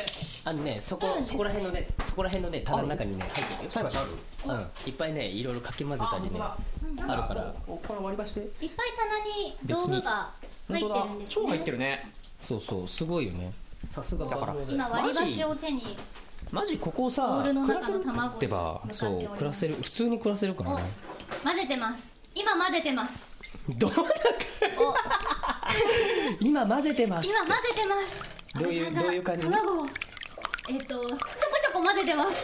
[SPEAKER 3] あのねそこ
[SPEAKER 6] うん
[SPEAKER 3] そこら辺のねそこら辺のね棚の中にね入ってるよ
[SPEAKER 4] 菜箸ある
[SPEAKER 3] うんいっぱいねいろいろかき混ぜたりね
[SPEAKER 4] あ
[SPEAKER 6] うん
[SPEAKER 3] あるから
[SPEAKER 4] おこれ割り箸で
[SPEAKER 6] いっぱい棚に道具が入ってるんですね
[SPEAKER 4] 超入ってるね
[SPEAKER 3] そうそうすごいよねさすが
[SPEAKER 4] だから
[SPEAKER 6] 今割り箸を手に
[SPEAKER 3] マジここさ
[SPEAKER 6] ボールの
[SPEAKER 3] 暮ら
[SPEAKER 6] 中
[SPEAKER 3] せ
[SPEAKER 6] の
[SPEAKER 3] る
[SPEAKER 6] 卵
[SPEAKER 3] ってば
[SPEAKER 6] に向か
[SPEAKER 3] そ
[SPEAKER 6] っており
[SPEAKER 3] う
[SPEAKER 6] ます
[SPEAKER 3] 暮らせる普通に暮らせるからね
[SPEAKER 6] 混ぜてます今混ぜてます
[SPEAKER 3] どうだか
[SPEAKER 6] お
[SPEAKER 3] 今混ぜてます
[SPEAKER 6] 今混ぜてます
[SPEAKER 3] どういう
[SPEAKER 6] 安倍さんが
[SPEAKER 3] どういう感じ
[SPEAKER 6] 卵をえっ、とちょこちょこ混ぜてます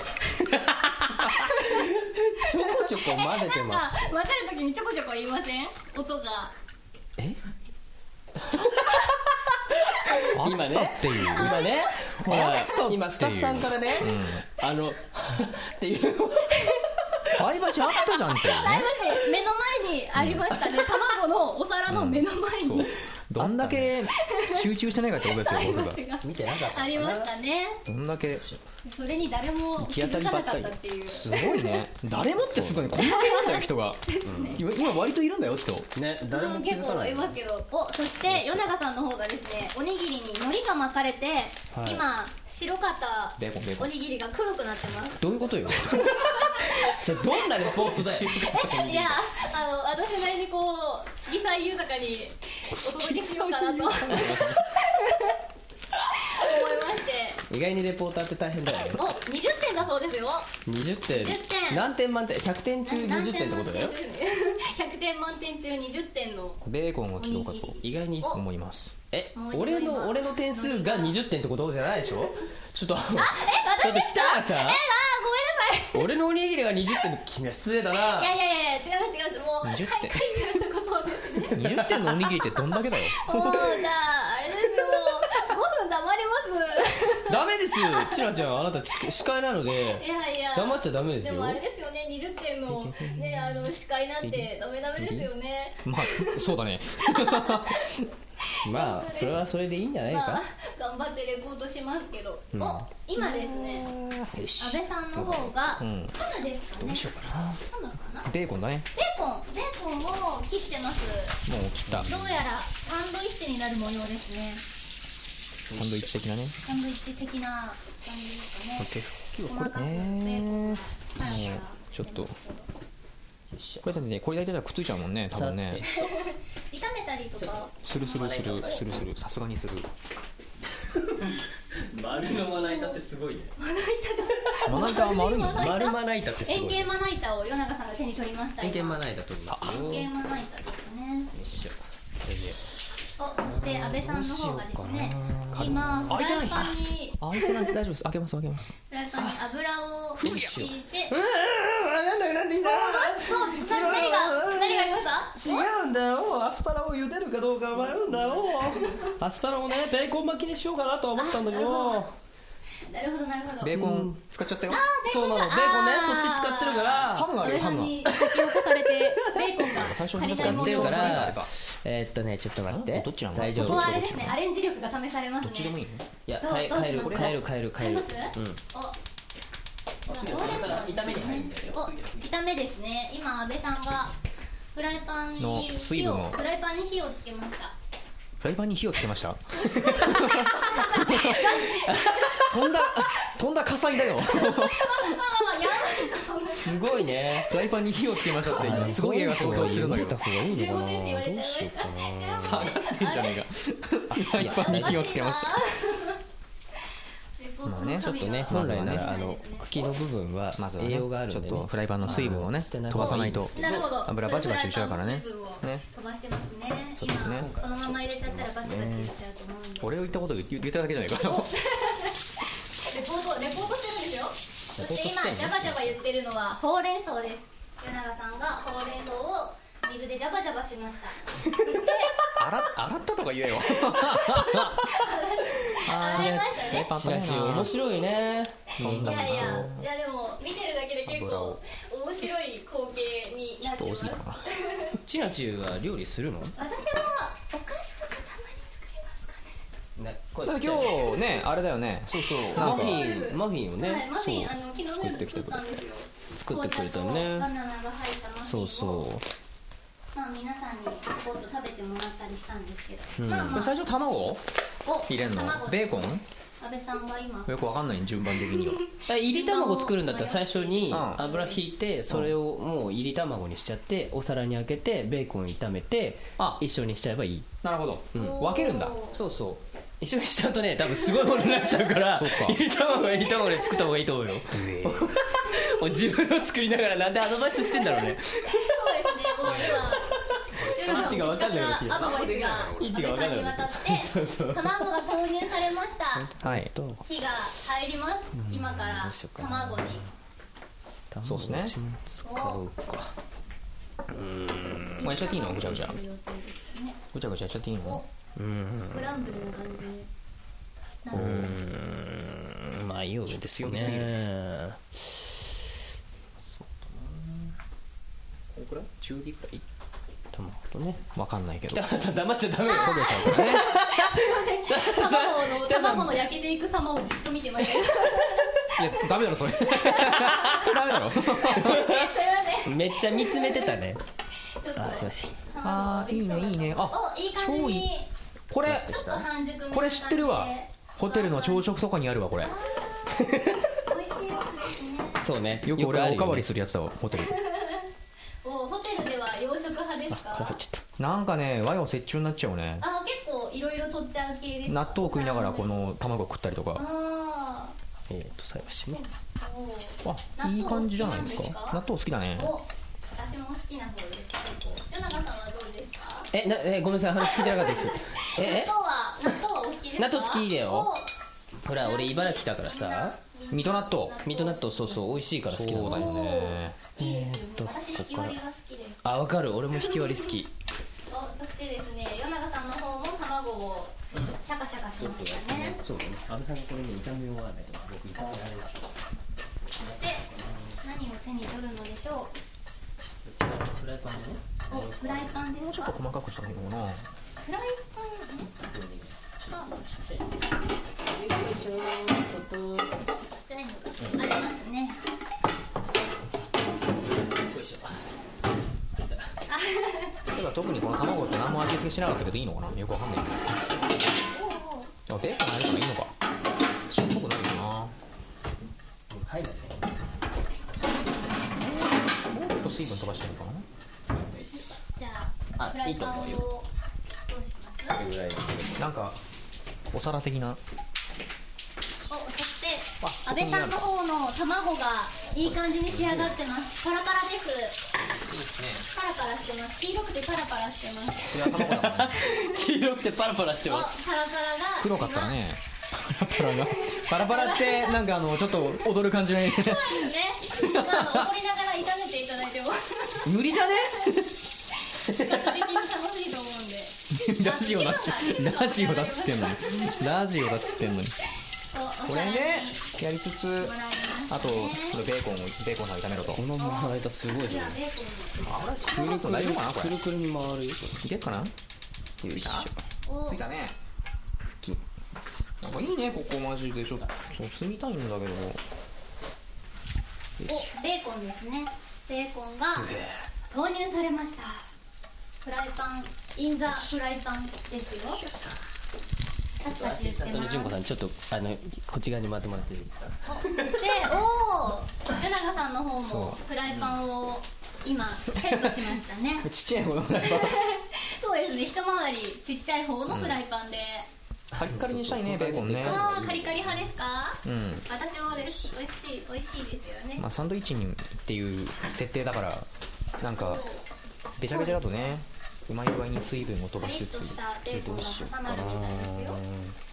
[SPEAKER 3] ちょこちょこ混ぜてます
[SPEAKER 6] なんか混ぜるときにちょこちょこ言いません音が
[SPEAKER 3] え
[SPEAKER 4] あ
[SPEAKER 3] 今
[SPEAKER 4] った
[SPEAKER 3] ね
[SPEAKER 4] っていう
[SPEAKER 3] 今ねほら今スタッフさんからね
[SPEAKER 4] うん
[SPEAKER 3] あのっていう
[SPEAKER 4] 菜箸あったじゃんっていう
[SPEAKER 6] だい
[SPEAKER 4] ね
[SPEAKER 6] ぶし目の前にありましたね、卵のお皿の目の前
[SPEAKER 4] そう
[SPEAKER 6] に
[SPEAKER 4] どんだけ集中してないかってことですよ
[SPEAKER 6] 菜
[SPEAKER 4] 僕が
[SPEAKER 6] 箸が
[SPEAKER 3] 見てなかった
[SPEAKER 6] ありましたね
[SPEAKER 4] どんだけ
[SPEAKER 6] それに誰も気
[SPEAKER 3] 行き当たり
[SPEAKER 6] づか
[SPEAKER 3] ば
[SPEAKER 6] な
[SPEAKER 3] っ
[SPEAKER 6] か
[SPEAKER 3] か
[SPEAKER 6] っ
[SPEAKER 3] り
[SPEAKER 6] たっていう
[SPEAKER 3] すごいね
[SPEAKER 4] 誰もってすごいねこんだけいるんだよ人が今今割といるんだよ人
[SPEAKER 3] ね誰
[SPEAKER 6] う
[SPEAKER 3] も
[SPEAKER 6] ん、
[SPEAKER 3] 気
[SPEAKER 6] 結
[SPEAKER 3] づか
[SPEAKER 6] 構
[SPEAKER 3] ない
[SPEAKER 6] いますけどおそして与永さんの方がですねおにぎりに海苔が巻かれて、
[SPEAKER 3] はい
[SPEAKER 6] 今白かった
[SPEAKER 3] ベーコンベーコ
[SPEAKER 6] お
[SPEAKER 3] ン
[SPEAKER 6] にぎりが黒くなってます
[SPEAKER 3] どういうことよそれどんなレポートだよ
[SPEAKER 6] いやあの私なりにこう色彩豊かにお届けしようかなと思いまして
[SPEAKER 3] 意外にレポーターって大変だよね
[SPEAKER 6] お20点だそうですよ
[SPEAKER 3] 20点
[SPEAKER 6] 10点
[SPEAKER 3] 何点満点100点中20点ってことだよ
[SPEAKER 6] 何点満点中100点満点中20 点の
[SPEAKER 4] ベーコンを切ろうかと
[SPEAKER 3] 意外に
[SPEAKER 6] お
[SPEAKER 4] 思います
[SPEAKER 3] え
[SPEAKER 6] もう一度
[SPEAKER 3] 俺
[SPEAKER 6] 今
[SPEAKER 3] の俺の点数が20点ってことじゃないでし ょちょっとちょっと来たら
[SPEAKER 6] えあ
[SPEAKER 3] さ
[SPEAKER 6] ー
[SPEAKER 3] 俺のおにぎりが20点って君は失礼だな
[SPEAKER 6] ごめんなさいいやいやいや違います違いますもう
[SPEAKER 4] 20
[SPEAKER 6] 大
[SPEAKER 4] 点
[SPEAKER 6] 会になるってことですね
[SPEAKER 4] 20点のおにぎりってどんだけだよ
[SPEAKER 6] もうじゃああれですよ5分黙り
[SPEAKER 3] ダメですよチラちゃんあなたち司会なの
[SPEAKER 6] ます
[SPEAKER 3] で
[SPEAKER 6] いやいや
[SPEAKER 3] 黙っちゃダメです
[SPEAKER 6] で
[SPEAKER 3] よ
[SPEAKER 6] もあれですよね20点のねあの司会なんてダメダメですよね
[SPEAKER 4] まあそうだね
[SPEAKER 3] まあそれはそれでいいんじゃない
[SPEAKER 6] ま
[SPEAKER 3] か
[SPEAKER 6] あ頑張ってレポートしますけど、
[SPEAKER 3] うん
[SPEAKER 6] お今ですね
[SPEAKER 3] よし
[SPEAKER 6] 安倍さんの方が
[SPEAKER 4] うん
[SPEAKER 6] ハムですかね
[SPEAKER 3] ようかな
[SPEAKER 6] ハムかな
[SPEAKER 4] ベーコンだね
[SPEAKER 6] ベーコンベーコンも切ってます
[SPEAKER 4] もう切った
[SPEAKER 6] どうやらサンドイッチになる模様ですね
[SPEAKER 4] サンドイッチ的なね
[SPEAKER 6] サンドイッチ的な感じですかね
[SPEAKER 4] 手拭きを
[SPEAKER 6] 細
[SPEAKER 4] こ
[SPEAKER 6] か
[SPEAKER 4] れ
[SPEAKER 6] くベーコン
[SPEAKER 4] ね
[SPEAKER 6] がパラパラ
[SPEAKER 4] もうちょっとこれだってねこれだけじゃくっついちゃうもんね多分ね
[SPEAKER 6] 炒めたりとか
[SPEAKER 4] するするするするするさすがにする
[SPEAKER 3] 丸のまな板ってすごいね
[SPEAKER 4] まな板は丸いもんね
[SPEAKER 3] 丸まな板ってす
[SPEAKER 6] 円
[SPEAKER 3] ごい
[SPEAKER 6] 形まな板を与永さんが手に取りました
[SPEAKER 3] 円形ま
[SPEAKER 6] 板
[SPEAKER 3] な板とりますよ
[SPEAKER 6] 円
[SPEAKER 3] よ
[SPEAKER 6] 形まな板ですね
[SPEAKER 3] いしょこれで
[SPEAKER 6] おそして安倍さんの方がですね今フライパンに
[SPEAKER 4] あ開いてない大丈夫です開けます開けます
[SPEAKER 6] フライパンに油を敷いて
[SPEAKER 3] うーんわかんなくなってきた
[SPEAKER 6] そうな何が何がありました
[SPEAKER 3] 違うんだよアスパラを茹でるかどうか迷うんだよアスパラをねベーコン巻きにしようかなと思ったんだけど
[SPEAKER 6] おなるほどなるほど
[SPEAKER 4] ベーコン使っちゃったよ
[SPEAKER 3] そうなのベーコンねそっち使ってるから
[SPEAKER 4] ハムがあ
[SPEAKER 6] 安
[SPEAKER 4] るよ
[SPEAKER 6] 倍
[SPEAKER 4] ハ
[SPEAKER 6] さ
[SPEAKER 4] ム
[SPEAKER 6] ん
[SPEAKER 4] が
[SPEAKER 6] に突き起こされてベーコンが
[SPEAKER 4] 最初
[SPEAKER 6] 足り
[SPEAKER 4] に
[SPEAKER 6] ない模
[SPEAKER 3] 使って
[SPEAKER 6] 様
[SPEAKER 3] る
[SPEAKER 6] を
[SPEAKER 3] か
[SPEAKER 6] こ
[SPEAKER 3] ら
[SPEAKER 4] どっ
[SPEAKER 3] えーっとねちょっと待って
[SPEAKER 4] どっちなの
[SPEAKER 3] 大丈
[SPEAKER 6] こ
[SPEAKER 3] 夫
[SPEAKER 6] はあれですねアレンジ力が試されますね
[SPEAKER 4] ちでもいいね
[SPEAKER 3] いや
[SPEAKER 6] どう
[SPEAKER 3] 帰
[SPEAKER 6] どうし
[SPEAKER 3] る
[SPEAKER 6] ます
[SPEAKER 3] 帰る帰る帰る
[SPEAKER 6] 帰ります
[SPEAKER 3] うん
[SPEAKER 6] お今
[SPEAKER 3] 炒めに入るんだよ
[SPEAKER 6] お炒めですね今安倍さんがフライパン
[SPEAKER 4] の
[SPEAKER 6] に
[SPEAKER 4] 水
[SPEAKER 6] 火
[SPEAKER 4] 分
[SPEAKER 6] を
[SPEAKER 4] を
[SPEAKER 6] フライパンに火をつけました
[SPEAKER 4] フライパンに火をつけました
[SPEAKER 3] 飛んだ飛んだ火災だよ
[SPEAKER 6] ああやばい
[SPEAKER 3] すごいね
[SPEAKER 4] フライパンに火をつけましたって今すごい映画想像するのよ
[SPEAKER 3] た方がいいのか
[SPEAKER 6] 15
[SPEAKER 3] な
[SPEAKER 6] 点って言われちゃいま
[SPEAKER 3] どうしよう
[SPEAKER 6] した
[SPEAKER 4] 下がってんじゃねえかフライパンに火をつ けました
[SPEAKER 6] た
[SPEAKER 4] まあね
[SPEAKER 3] ちょっとね
[SPEAKER 4] ま
[SPEAKER 3] 本
[SPEAKER 4] ずは
[SPEAKER 3] 来
[SPEAKER 4] ね
[SPEAKER 3] ならあの茎の部分は
[SPEAKER 4] まずは
[SPEAKER 3] 栄
[SPEAKER 4] ね
[SPEAKER 3] 養があるん
[SPEAKER 4] ち
[SPEAKER 3] で
[SPEAKER 4] ょっ
[SPEAKER 3] ね
[SPEAKER 4] とフライパンの水分をね
[SPEAKER 3] あー
[SPEAKER 4] 飛ばさないと
[SPEAKER 6] なるほど
[SPEAKER 4] 油バチバチしちゃうからね
[SPEAKER 6] フライパン
[SPEAKER 4] ね
[SPEAKER 6] の水分を飛ばしてますね
[SPEAKER 4] うですね
[SPEAKER 6] 今このまま入れちゃったらバチバチいっちゃうと思うんで
[SPEAKER 4] 俺を言ったこと言言っただけじゃないかな
[SPEAKER 6] レポートレポートしてるんですよそ
[SPEAKER 3] レポート
[SPEAKER 6] して
[SPEAKER 3] し
[SPEAKER 6] 今
[SPEAKER 3] てんの
[SPEAKER 6] ジャバジャバ言ってるのはほうれん草です与永さんがほうれん草を水でジャバジャバしましたそして
[SPEAKER 4] 洗洗ったとか言えよ
[SPEAKER 6] 洗いましたね
[SPEAKER 4] パン
[SPEAKER 3] チ
[SPEAKER 4] パン
[SPEAKER 3] ラ
[SPEAKER 4] だ
[SPEAKER 3] チ面
[SPEAKER 4] な
[SPEAKER 3] 白いね
[SPEAKER 4] 飛ん
[SPEAKER 6] い
[SPEAKER 4] だ
[SPEAKER 6] やいや
[SPEAKER 4] ない
[SPEAKER 6] やでも見てるだけで結
[SPEAKER 4] 油
[SPEAKER 6] 構
[SPEAKER 4] を
[SPEAKER 6] 面白い光景になって
[SPEAKER 4] 多
[SPEAKER 6] ますす
[SPEAKER 4] ぎたかな
[SPEAKER 3] チラチは料理するの
[SPEAKER 6] 私はお菓子とかたまに作りますかね
[SPEAKER 3] ねこ
[SPEAKER 4] だって今日ねあれだよねそうそう
[SPEAKER 3] マ
[SPEAKER 4] なん
[SPEAKER 3] フ
[SPEAKER 4] か
[SPEAKER 3] ィンマフィンをね、
[SPEAKER 6] はいマフィンあ
[SPEAKER 3] そう
[SPEAKER 6] の昨日の夜作ったんですよ
[SPEAKER 3] 作ってくれた
[SPEAKER 6] 紅茶とバナ
[SPEAKER 3] ね
[SPEAKER 6] ナが入ったマフィンを
[SPEAKER 3] そうそ
[SPEAKER 6] まあ皆さんにポコッと食べてもらったりしたんですけど、
[SPEAKER 3] うん
[SPEAKER 6] まあ
[SPEAKER 4] こ
[SPEAKER 6] ま
[SPEAKER 4] れ
[SPEAKER 6] あ
[SPEAKER 4] 最初卵
[SPEAKER 6] お
[SPEAKER 4] 入れんの
[SPEAKER 6] 卵
[SPEAKER 4] ベーコン
[SPEAKER 6] 安倍さん が今
[SPEAKER 4] よくわかんない順番的に は
[SPEAKER 3] う入り卵作るんだったら最初に
[SPEAKER 4] うん
[SPEAKER 3] 油引いてそれをもう入り卵にしちゃってお皿にあけてベーコン炒めて
[SPEAKER 4] あ
[SPEAKER 3] 一緒にしちゃえばいい
[SPEAKER 4] なるほど、うん
[SPEAKER 6] おー
[SPEAKER 4] 分けるんだそうそ
[SPEAKER 3] 一緒にしちゃうとね多分すごいものになっちゃうから
[SPEAKER 4] そうか
[SPEAKER 3] いり卵いり卵で作った方がいいと思うよもう自分を作りながらなんでアドバイスしてんだろうね
[SPEAKER 6] ですねもう今
[SPEAKER 3] 位置が分かんないような気が
[SPEAKER 6] アドバイスが
[SPEAKER 3] 位置が分かんないような気が
[SPEAKER 6] 安倍さんに渡って
[SPEAKER 3] そうそう
[SPEAKER 6] 卵が投入されました
[SPEAKER 4] はい
[SPEAKER 3] と
[SPEAKER 6] 火が入ります今から
[SPEAKER 3] どうしようかな
[SPEAKER 6] 卵に
[SPEAKER 4] そうですね
[SPEAKER 6] を
[SPEAKER 4] もうやっちゃっていいのぐちゃぐちゃぐちゃぐちゃやっちゃっていいの
[SPEAKER 6] スクランブルの感じになる
[SPEAKER 3] まあいいよですよねそうだなこれくらい中火くらい
[SPEAKER 4] 卵とねわかんないけど
[SPEAKER 3] 北原さん黙っちゃダメよ
[SPEAKER 6] すいません卵の卵の焼けていく様をじっと見てましたすい
[SPEAKER 4] いやダメだろそれ それダ メだろ
[SPEAKER 6] ま
[SPEAKER 3] めっちゃ見つめてたね
[SPEAKER 6] せんちょ
[SPEAKER 3] あ
[SPEAKER 6] っ
[SPEAKER 3] すいません
[SPEAKER 6] と
[SPEAKER 4] あーいいねいいねあ
[SPEAKER 6] おいい感じ
[SPEAKER 4] 超いい
[SPEAKER 6] に
[SPEAKER 4] これ
[SPEAKER 6] ちょっと半熟めな感じで
[SPEAKER 4] これ知ってるわホテルの朝食とかにあるわこれ
[SPEAKER 6] 美味しいやつですね
[SPEAKER 3] そうね
[SPEAKER 4] よく俺
[SPEAKER 3] あ
[SPEAKER 4] は
[SPEAKER 3] るよ
[SPEAKER 4] お
[SPEAKER 3] ね
[SPEAKER 4] かわりするやつだわホテル
[SPEAKER 6] おホテルでは洋食派です
[SPEAKER 3] これ入
[SPEAKER 6] か
[SPEAKER 3] っちゃっ
[SPEAKER 4] なんかね和洋折衷になっちゃうね
[SPEAKER 6] あ結構いろいろ取っちゃう系ですか
[SPEAKER 4] 納豆食いながらこの卵食ったりとか
[SPEAKER 6] あ
[SPEAKER 3] たえっ、ー、と菜箸ね
[SPEAKER 6] ーお
[SPEAKER 4] あいい感じじゃないです
[SPEAKER 6] 納豆好きなんです
[SPEAKER 4] か納
[SPEAKER 6] か
[SPEAKER 4] 豆好きだね
[SPEAKER 6] お私も好きな方です結構世永さんはどうですか
[SPEAKER 3] えなえごめんなさい話聞いてなかったですええ
[SPEAKER 6] 納豆は納豆はお好きですか
[SPEAKER 3] 納豆好きだよほら
[SPEAKER 6] お
[SPEAKER 3] 俺茨城だからさ
[SPEAKER 4] 水戸納豆
[SPEAKER 3] 水戸納豆そうそう美味しいから好きなん
[SPEAKER 4] そう
[SPEAKER 3] だ
[SPEAKER 4] だ
[SPEAKER 3] よ
[SPEAKER 4] よね
[SPEAKER 6] いい
[SPEAKER 3] え
[SPEAKER 6] ですよね
[SPEAKER 3] ーっと
[SPEAKER 6] 私
[SPEAKER 3] こ
[SPEAKER 6] 引
[SPEAKER 3] こ
[SPEAKER 6] き
[SPEAKER 3] から
[SPEAKER 6] 割りが好きです
[SPEAKER 3] あわかる俺も引き割り好き
[SPEAKER 6] おそしてですね世永さんの方も卵をシャカシャカしましたね
[SPEAKER 3] そうね阿部さんがこれね炒め終わらないと僕炒められない
[SPEAKER 6] そして何を手に取るのでしょ
[SPEAKER 3] フライパンね
[SPEAKER 6] うおフライパンですか
[SPEAKER 4] 細かくした方がいいのかな
[SPEAKER 6] フライパンんあちっちゃいのがありますね
[SPEAKER 4] 例えば特にこの卵って何も味付けしなかったけどいいのかなよくわかんない
[SPEAKER 6] おうおう
[SPEAKER 4] あベーコン入るからいいのか塩っぽくないかな
[SPEAKER 3] はい
[SPEAKER 4] ちょっと水分飛ばしてるかな
[SPEAKER 6] じゃあ
[SPEAKER 3] あ
[SPEAKER 6] フライパンを
[SPEAKER 3] いいと
[SPEAKER 6] どうします
[SPEAKER 3] これぐらい
[SPEAKER 4] なんかお皿的な
[SPEAKER 6] おそして
[SPEAKER 4] あ
[SPEAKER 6] 阿
[SPEAKER 4] そこ
[SPEAKER 6] 部
[SPEAKER 4] に
[SPEAKER 6] さ
[SPEAKER 4] あ
[SPEAKER 6] ん
[SPEAKER 4] る
[SPEAKER 6] の方の卵がいい感じに仕上がってますパラパラですパラパラしてます黄色くてパラパラしてます
[SPEAKER 4] いや卵だからね
[SPEAKER 3] 黄色くてパラパラして
[SPEAKER 6] お
[SPEAKER 3] ます
[SPEAKER 6] パラパラが
[SPEAKER 4] 黒かったらねパラパラがパラパラってなんかあのちょっと踊る感じのね
[SPEAKER 6] 今そうですね、まあ、怒りながら炒めていただいても
[SPEAKER 3] 無理じゃね
[SPEAKER 6] 比較的に楽しいと思うんで
[SPEAKER 4] ラジオだっつラジオだっつってんのにラジオだっつってんのに
[SPEAKER 6] お
[SPEAKER 4] これ
[SPEAKER 6] お皿にもらい
[SPEAKER 4] ねやりつつ
[SPEAKER 6] ました
[SPEAKER 4] あと
[SPEAKER 6] ね
[SPEAKER 4] ちょっとベーコンをベーコンさん炒めろと
[SPEAKER 3] このままいたすごい
[SPEAKER 6] で
[SPEAKER 3] ぞ
[SPEAKER 6] はベーコンの
[SPEAKER 4] 大丈夫かなこ
[SPEAKER 3] くる
[SPEAKER 4] れい
[SPEAKER 3] くるに回るよ
[SPEAKER 4] けるかな
[SPEAKER 3] よいしょ
[SPEAKER 6] お
[SPEAKER 4] ついたねなんかいいねここマジでちょっとそう住みたいんだけど
[SPEAKER 6] おベーコンですねベーコンが投入されましたフライパンインザフライパンですよパチパチして
[SPEAKER 3] あと
[SPEAKER 6] ま
[SPEAKER 3] ね
[SPEAKER 6] す
[SPEAKER 3] 純子さんちょっとあのこっち側に回ってもらっていいですか
[SPEAKER 6] おそしておお福永さんの方もフライパンを今セットしましたね
[SPEAKER 4] ちっちゃい方の フライ
[SPEAKER 6] そうですね一回りちっちゃい方のフライパンで、
[SPEAKER 4] パンカリカリにしたいねベーコンね
[SPEAKER 6] ああカリカリ派ですか
[SPEAKER 4] うん
[SPEAKER 6] 私もです美味しい美味しいですよね、
[SPEAKER 4] まあサンドイッチにっていう設定だからなんかべちゃべちゃだとねうまい具合に水分を飛
[SPEAKER 6] カ
[SPEAKER 4] ば
[SPEAKER 6] リ
[SPEAKER 4] し
[SPEAKER 6] ッ
[SPEAKER 4] つ
[SPEAKER 6] と
[SPEAKER 4] つ
[SPEAKER 6] したベーコンが挟まるみたいですよ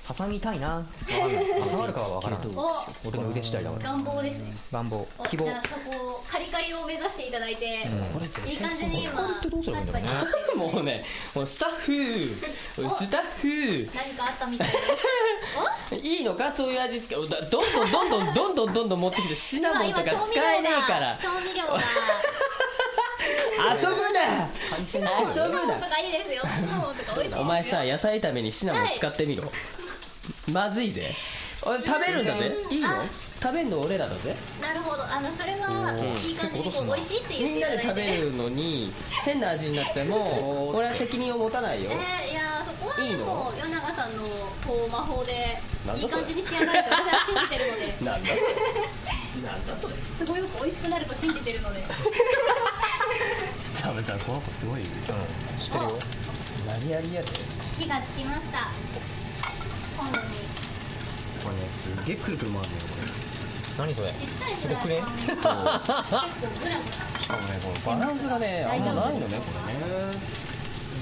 [SPEAKER 4] 挟みたいなわかんない挟まるかは分からん
[SPEAKER 6] お
[SPEAKER 4] 俺の腕次第だから
[SPEAKER 6] 願望ですね
[SPEAKER 4] 願望
[SPEAKER 6] お
[SPEAKER 4] 希
[SPEAKER 6] じ
[SPEAKER 4] 望
[SPEAKER 6] ゃあそこをカリカリを目指していただいて、
[SPEAKER 4] こ
[SPEAKER 6] いい感じに今
[SPEAKER 4] これってどうすればいいんだろうね
[SPEAKER 6] パチパチして る
[SPEAKER 3] もうねもうスタッフスタッフ
[SPEAKER 6] 何かあったみたいです
[SPEAKER 3] いいのかそういう味付けおだどんどんどんどんどんどんどんどん持ってきてシ
[SPEAKER 6] お
[SPEAKER 3] ナモンとか使えねえから
[SPEAKER 6] 調味料が
[SPEAKER 3] 遊ぶな遊
[SPEAKER 6] 調
[SPEAKER 3] ぶ
[SPEAKER 6] 味料がシナモンと
[SPEAKER 3] な
[SPEAKER 6] かいいですよシナモンとか美味しいですよ
[SPEAKER 3] お前さ野菜炒めにシナモン使ってみろまずいぜ俺食べるんだぜいいの
[SPEAKER 6] あ
[SPEAKER 3] 食べんの俺らだぜ
[SPEAKER 6] なるほどあのそれはいい感じにこう美味しいって言っ
[SPEAKER 3] み
[SPEAKER 6] て
[SPEAKER 3] ん
[SPEAKER 6] い
[SPEAKER 3] な
[SPEAKER 6] た
[SPEAKER 3] で
[SPEAKER 6] だい
[SPEAKER 3] 食
[SPEAKER 6] て
[SPEAKER 3] べるのに変な味になっても俺は責任を持たないよ
[SPEAKER 6] えーいやーそこはで
[SPEAKER 3] いい
[SPEAKER 6] も
[SPEAKER 3] の
[SPEAKER 6] 世永さんのこう魔法で
[SPEAKER 3] なん
[SPEAKER 6] いい
[SPEAKER 3] だそれ
[SPEAKER 6] 感じに仕上がると私は信じてるの で
[SPEAKER 3] なんだ
[SPEAKER 6] すごいよく美味しくなると信じてるので
[SPEAKER 3] 食べたらこの子すごい
[SPEAKER 6] お
[SPEAKER 3] 何やりやで
[SPEAKER 6] 火がつきました
[SPEAKER 3] これねすっげえくるくる回るんだよこれ
[SPEAKER 4] 何それ
[SPEAKER 6] すごくね
[SPEAKER 3] しかもねこのバランスがねあんまないのね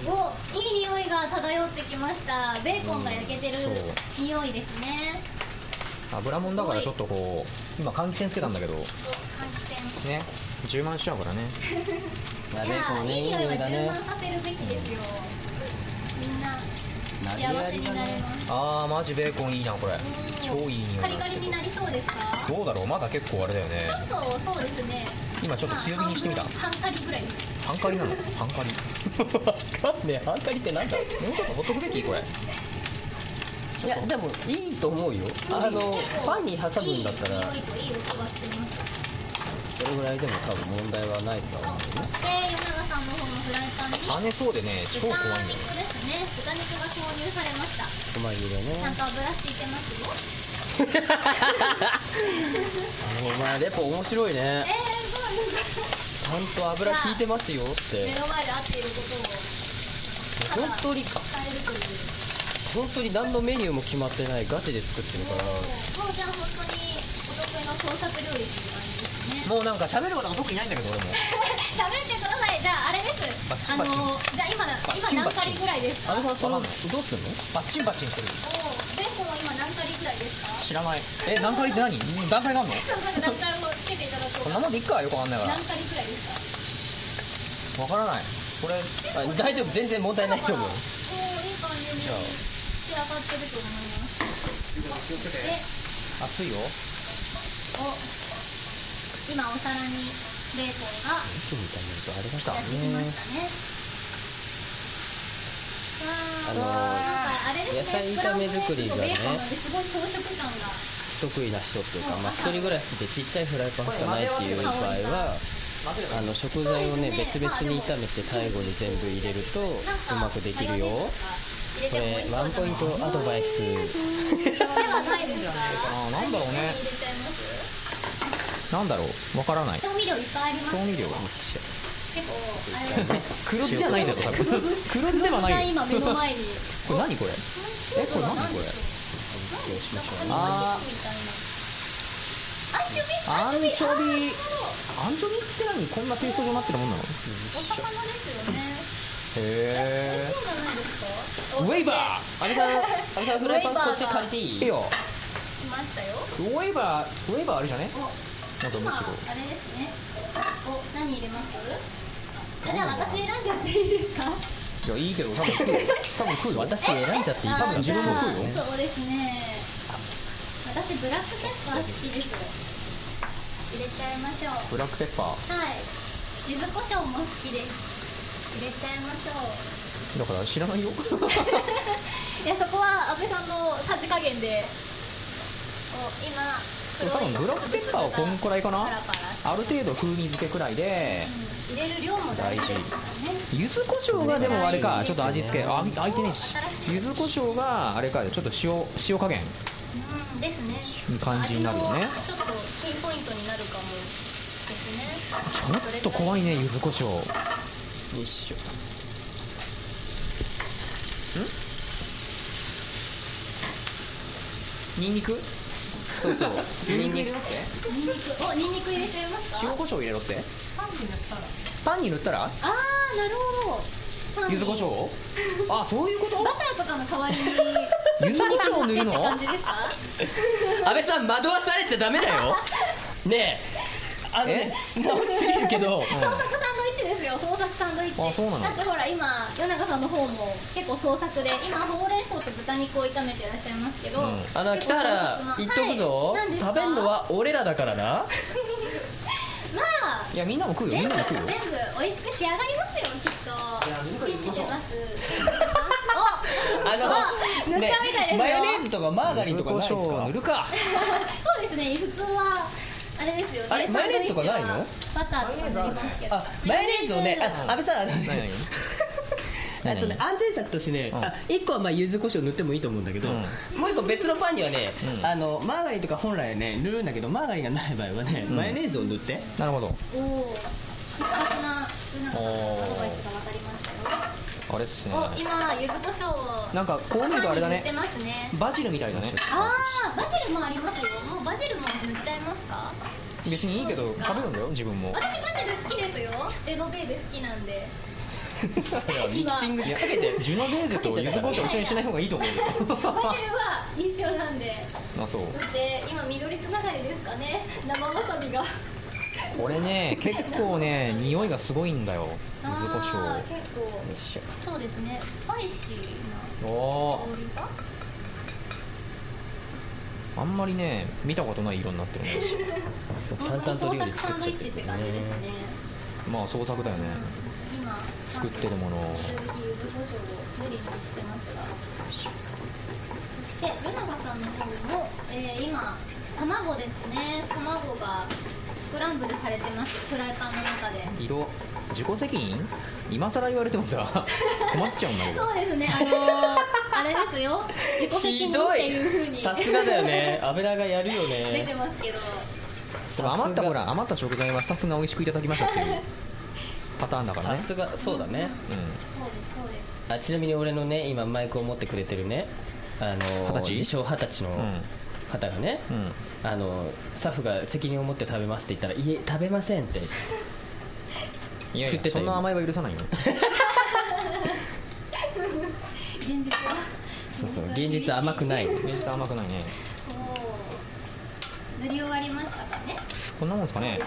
[SPEAKER 6] おいい匂いが漂ってきましたベーコンが焼けてる匂いですね
[SPEAKER 4] 油もんだからちょっとこう今換気扇つけたんだけどね
[SPEAKER 6] そう換気
[SPEAKER 4] 充満しちゃうからね
[SPEAKER 3] これ
[SPEAKER 6] 扇
[SPEAKER 3] ね
[SPEAKER 6] い
[SPEAKER 3] あベ
[SPEAKER 6] や
[SPEAKER 3] ーコン
[SPEAKER 6] ー
[SPEAKER 3] ね
[SPEAKER 6] い
[SPEAKER 3] いい
[SPEAKER 6] い匂い
[SPEAKER 3] 匂
[SPEAKER 6] はい
[SPEAKER 3] だ
[SPEAKER 6] 充
[SPEAKER 3] ね
[SPEAKER 6] 満させるべきですよみんな
[SPEAKER 3] 投げ
[SPEAKER 6] 幸
[SPEAKER 3] や
[SPEAKER 6] せ
[SPEAKER 3] り
[SPEAKER 6] に
[SPEAKER 3] が
[SPEAKER 6] な
[SPEAKER 3] ね
[SPEAKER 6] れます
[SPEAKER 4] あーマジベーコンいいなこれ超いい匂い
[SPEAKER 6] カリカリになりそうですか
[SPEAKER 4] どうだろうまだ結構あれだよね
[SPEAKER 6] ちょっとそうですね
[SPEAKER 4] 今ちょっと強火にしてみた
[SPEAKER 6] まあ半分半カリぐらいです
[SPEAKER 4] 半カリなの半カリ
[SPEAKER 3] わかんねえ半カリってなんだろ
[SPEAKER 4] もうちょっとほっとくべきこれ
[SPEAKER 3] ういやでもいいと思うよあのパンに挟むんだったら
[SPEAKER 6] いい匂いといい音がしてます
[SPEAKER 3] それぐらいでも多分問題はないとは思うよね
[SPEAKER 6] で米長さんの方のフライパンに
[SPEAKER 4] 跳ねそうでね超
[SPEAKER 6] 豚
[SPEAKER 4] 怖い
[SPEAKER 6] 肉
[SPEAKER 4] んだよ
[SPEAKER 6] ですね豚肉が投入されましたち
[SPEAKER 3] 細切れね
[SPEAKER 6] ゃんと油していけますよ
[SPEAKER 3] お前やっぱ面白いね
[SPEAKER 6] えー、そうですか
[SPEAKER 3] ちゃんと油引いてますよって
[SPEAKER 6] 目の前で合っていることを
[SPEAKER 3] 本当にか
[SPEAKER 6] 伝えるという
[SPEAKER 3] 本当に何のメニューも決まってないガチで作ってるから
[SPEAKER 6] もうじゃあ本当にお得意の創作料理っていう感じで すね
[SPEAKER 4] もうなんか喋ることが特にないんだけど俺も
[SPEAKER 6] 喋ってくださいじゃああれです
[SPEAKER 4] バッチ
[SPEAKER 6] あ
[SPEAKER 4] ンバ
[SPEAKER 6] の
[SPEAKER 4] ッチン
[SPEAKER 6] じゃあ今今何カリぐらいですか
[SPEAKER 3] 阿部さんその
[SPEAKER 4] わ
[SPEAKER 3] ど
[SPEAKER 4] かん
[SPEAKER 3] う
[SPEAKER 4] な
[SPEAKER 3] すんの
[SPEAKER 4] バッチンバッチンしてる
[SPEAKER 6] おベーコンは今何カリぐらいですか
[SPEAKER 4] 知らないえ何カリって何段階があんの
[SPEAKER 6] ちょっとなんか何回もつけていただこ
[SPEAKER 4] こ
[SPEAKER 6] うんか
[SPEAKER 4] なもんでいっかよくわかんないから
[SPEAKER 6] 何カリぐらいですか
[SPEAKER 4] わからないこれ
[SPEAKER 3] あ大丈夫全然問題ないと思う
[SPEAKER 6] おーいい感じに散らかってると思いますで
[SPEAKER 4] 熱いよ
[SPEAKER 6] を今お皿にベーコンが
[SPEAKER 4] あれました
[SPEAKER 6] やってきましたね。
[SPEAKER 3] あ
[SPEAKER 6] わ
[SPEAKER 3] の
[SPEAKER 6] ああれですね。
[SPEAKER 3] 野菜炒め作りがね
[SPEAKER 6] ベーコンのすごい装飾感が。
[SPEAKER 3] 得意な人っていうか、まあ、一人暮らしでちっちゃいフライパンしかないっていう場合はあの食材をね別々に炒めて最後に全部入れると
[SPEAKER 6] なん
[SPEAKER 3] うま
[SPEAKER 6] か
[SPEAKER 3] くできるよ
[SPEAKER 6] 入れ
[SPEAKER 3] こ
[SPEAKER 6] ても
[SPEAKER 3] れ
[SPEAKER 6] 美味しそ
[SPEAKER 3] ワ
[SPEAKER 6] う
[SPEAKER 3] ンポイントアドバイス
[SPEAKER 6] ではないですか。
[SPEAKER 4] あーなんだろうね
[SPEAKER 6] 入れちゃいます。
[SPEAKER 4] なんだろうわからない
[SPEAKER 6] 調味料いっぱいありま
[SPEAKER 4] 調
[SPEAKER 6] す。
[SPEAKER 4] 味料
[SPEAKER 6] 結構あれです
[SPEAKER 4] 黒地
[SPEAKER 6] ね。
[SPEAKER 4] じゃないんだよ多分黒地ではないよ
[SPEAKER 6] 今目の前に。
[SPEAKER 4] これ何これえこれ何これあ
[SPEAKER 6] アンチョビ。
[SPEAKER 4] アンチョビ
[SPEAKER 6] そう
[SPEAKER 4] アンチョビって何こんなペースト状になってるもんなのへ
[SPEAKER 6] お魚ですよね。
[SPEAKER 4] え
[SPEAKER 6] そうじゃないですか。
[SPEAKER 4] ウェイバ
[SPEAKER 3] 阿部さん阿部さんフライパンこっち借りてい
[SPEAKER 4] ーいい
[SPEAKER 3] い
[SPEAKER 4] よ
[SPEAKER 6] ー。来ましたよ。
[SPEAKER 4] ウェイバーウェイバーあるじゃね
[SPEAKER 6] お
[SPEAKER 4] 元
[SPEAKER 6] ま
[SPEAKER 4] む
[SPEAKER 6] あ
[SPEAKER 4] しろ
[SPEAKER 6] あれですね。お、何入れます？あじゃあ私選んじゃっていいですか？
[SPEAKER 4] いやいいけど多分食うよ多分食
[SPEAKER 3] 私選
[SPEAKER 4] うよ
[SPEAKER 3] んじゃっていい
[SPEAKER 6] あ
[SPEAKER 3] かも
[SPEAKER 6] ーじ
[SPEAKER 3] し
[SPEAKER 6] ゃ
[SPEAKER 3] れ
[SPEAKER 6] あ
[SPEAKER 3] ない
[SPEAKER 6] そうですね。私ブラックペッパー好きです。入れちゃいましょう。
[SPEAKER 4] ブラックペッパ
[SPEAKER 6] はい。柚子胡椒も好きです。入れちゃいましょう。
[SPEAKER 4] ーだから知らないよ
[SPEAKER 6] いやそこは安倍さんのさじ加減で。お、今黒い。
[SPEAKER 4] 多分ブラックペッパーはこんくらいかな
[SPEAKER 6] パラパラ
[SPEAKER 4] ある
[SPEAKER 6] して
[SPEAKER 4] 程度風味付けくらいで
[SPEAKER 6] うん入れる量も大事ですからね。
[SPEAKER 4] 柚子胡椒がでもあれかちょっと味付けあ開いてねえし
[SPEAKER 6] 新
[SPEAKER 4] 柚
[SPEAKER 6] しい
[SPEAKER 4] 子胡椒があれかちょっと塩塩加減
[SPEAKER 6] うんですね。
[SPEAKER 4] 感じになるよね
[SPEAKER 6] 味のちょっとピンポイントになるかもですね。
[SPEAKER 4] ちょっと怖いね柚子胡椒
[SPEAKER 3] 一緒
[SPEAKER 4] ニンニクそうそう ニンニク入れろって
[SPEAKER 6] ニンニク、お、ニンニク入れちゃいます
[SPEAKER 4] 塩
[SPEAKER 6] か。
[SPEAKER 4] 胡椒入れろってパンに塗ったら
[SPEAKER 6] あー、なるほど。パンに
[SPEAKER 4] 柚子胡椒をあそういうこと
[SPEAKER 6] バターとかの代わりに。
[SPEAKER 4] 柚子胡椒を塗 るの
[SPEAKER 6] パンに塗ってって感じですか。
[SPEAKER 7] 阿部さん惑わされちゃダメだよ
[SPEAKER 3] ね
[SPEAKER 7] あのね素直すぎるけど
[SPEAKER 6] 創作サンドイッチですよ。創作サンドイッチ。
[SPEAKER 4] あそうなの
[SPEAKER 6] だってほら、今、米長さんの方も結構創作で、今ほうれん草と豚肉を炒めていらっしゃいますけど。
[SPEAKER 3] あの
[SPEAKER 6] 結構
[SPEAKER 3] 北
[SPEAKER 6] 創
[SPEAKER 3] 原
[SPEAKER 6] 作な
[SPEAKER 3] 言っとくぞ、
[SPEAKER 6] はい何ですか
[SPEAKER 3] 食べんのは俺らだからな
[SPEAKER 6] まあ。
[SPEAKER 4] いやみんなも食うよ
[SPEAKER 6] 全
[SPEAKER 4] みん
[SPEAKER 6] 部
[SPEAKER 4] なも食う
[SPEAKER 6] 全
[SPEAKER 4] よ
[SPEAKER 6] 部美味しく仕上がりますよきっと。信じてます。
[SPEAKER 7] あ
[SPEAKER 6] お、塗っちゃう
[SPEAKER 7] ね
[SPEAKER 6] みたいですよ。
[SPEAKER 7] マヨネーズとかマーガリンとかないです
[SPEAKER 4] 柚子胡椒を
[SPEAKER 7] か
[SPEAKER 4] 塗るか
[SPEAKER 6] そうですね。普通はあれですよね。
[SPEAKER 7] あれマヨネーズとかないの
[SPEAKER 6] サンドイッチはバターとか塗りますけど。
[SPEAKER 7] あマヨネーズをねあ阿部 さんあのね
[SPEAKER 4] 何
[SPEAKER 7] あ
[SPEAKER 4] 何
[SPEAKER 7] とね安全策としてね、
[SPEAKER 4] ん
[SPEAKER 7] あ1個はまあ柚子胡椒塗ってもいいと思うんだけど、
[SPEAKER 4] う
[SPEAKER 7] もう1個別のパンにはね、
[SPEAKER 4] うん
[SPEAKER 7] あのマーガリンとか本来はね塗るんだけどマーガリンがない場合はね、マヨネーズを塗って
[SPEAKER 4] なるほど
[SPEAKER 6] おお。正確なうなぎのアドバイスが分かりましたよ。
[SPEAKER 4] あれっすね
[SPEAKER 6] お、今柚子胡椒を
[SPEAKER 4] なんかこう見るとあれだ
[SPEAKER 6] ご飯に塗っ
[SPEAKER 4] ね
[SPEAKER 6] てますね
[SPEAKER 4] バジルみたいだね
[SPEAKER 6] ああ、バジルもありますよもうバジルも塗っちゃいますか
[SPEAKER 4] 別にいいけど食べるんだよ自分も
[SPEAKER 6] 私バジル好きですよジェノベーゼ好きなんで
[SPEAKER 3] それはミキシングかけて
[SPEAKER 4] ジュノベーゼと柚子胡椒一緒にしない方がいいと思う よ
[SPEAKER 6] バジルは一緒なんで
[SPEAKER 4] あそう
[SPEAKER 6] そして今緑つながりですかね生わさびが
[SPEAKER 4] これね結構ね匂いがすごいんだよ柚子胡
[SPEAKER 6] あ
[SPEAKER 4] 椒
[SPEAKER 6] ー結構そうですねスパイシー
[SPEAKER 4] お
[SPEAKER 6] な
[SPEAKER 4] お
[SPEAKER 6] 香りが
[SPEAKER 4] ーあんまりね見たことない色になってるね
[SPEAKER 3] 淡々と
[SPEAKER 6] 本
[SPEAKER 3] 料
[SPEAKER 6] 当に
[SPEAKER 3] 理
[SPEAKER 6] 創作サ
[SPEAKER 3] 作っち
[SPEAKER 6] ンドイ
[SPEAKER 3] ゃって
[SPEAKER 6] ッチって
[SPEAKER 3] る
[SPEAKER 6] 感じです
[SPEAKER 3] ね
[SPEAKER 6] ね
[SPEAKER 4] まあ創作だよね
[SPEAKER 6] 今
[SPEAKER 4] 作ってるものを
[SPEAKER 6] それで柚子胡椒を無理にしてますがそして与永さんの方も、えー今卵ですね卵がスクランブルされてますフライパンの中で
[SPEAKER 4] 色自己責任今更言われてもさ困っちゃうんだけど
[SPEAKER 6] そうですねあのーあれですよ自己責任っていうふうに
[SPEAKER 3] さすがだよ ね油がやるよ
[SPEAKER 6] 出て
[SPEAKER 3] ね
[SPEAKER 6] ますけど
[SPEAKER 3] さす
[SPEAKER 4] で
[SPEAKER 3] が
[SPEAKER 4] も余ったほら余った食材はスタッフが美味しくいただきましたっていうパターンだから
[SPEAKER 3] さ
[SPEAKER 4] ね
[SPEAKER 3] すがそうだね
[SPEAKER 4] う
[SPEAKER 6] そうですそうです
[SPEAKER 3] あちなみに俺のね今マイクを持ってくれてるねあの
[SPEAKER 4] 二十歳
[SPEAKER 3] 自称二十歳の
[SPEAKER 4] ん
[SPEAKER 3] 方がね、
[SPEAKER 4] うんうん
[SPEAKER 3] あのスタッフが責任を持って食べますって言ったら「いえ食べません」って
[SPEAKER 4] いやい
[SPEAKER 3] 振って
[SPEAKER 4] や
[SPEAKER 3] たよ
[SPEAKER 4] そんな甘えは許さないよ
[SPEAKER 6] 現実は
[SPEAKER 3] そうそう現実は甘くない
[SPEAKER 4] 平日は甘くないね
[SPEAKER 6] もう塗り終わりましたかね
[SPEAKER 4] こんなもんですかね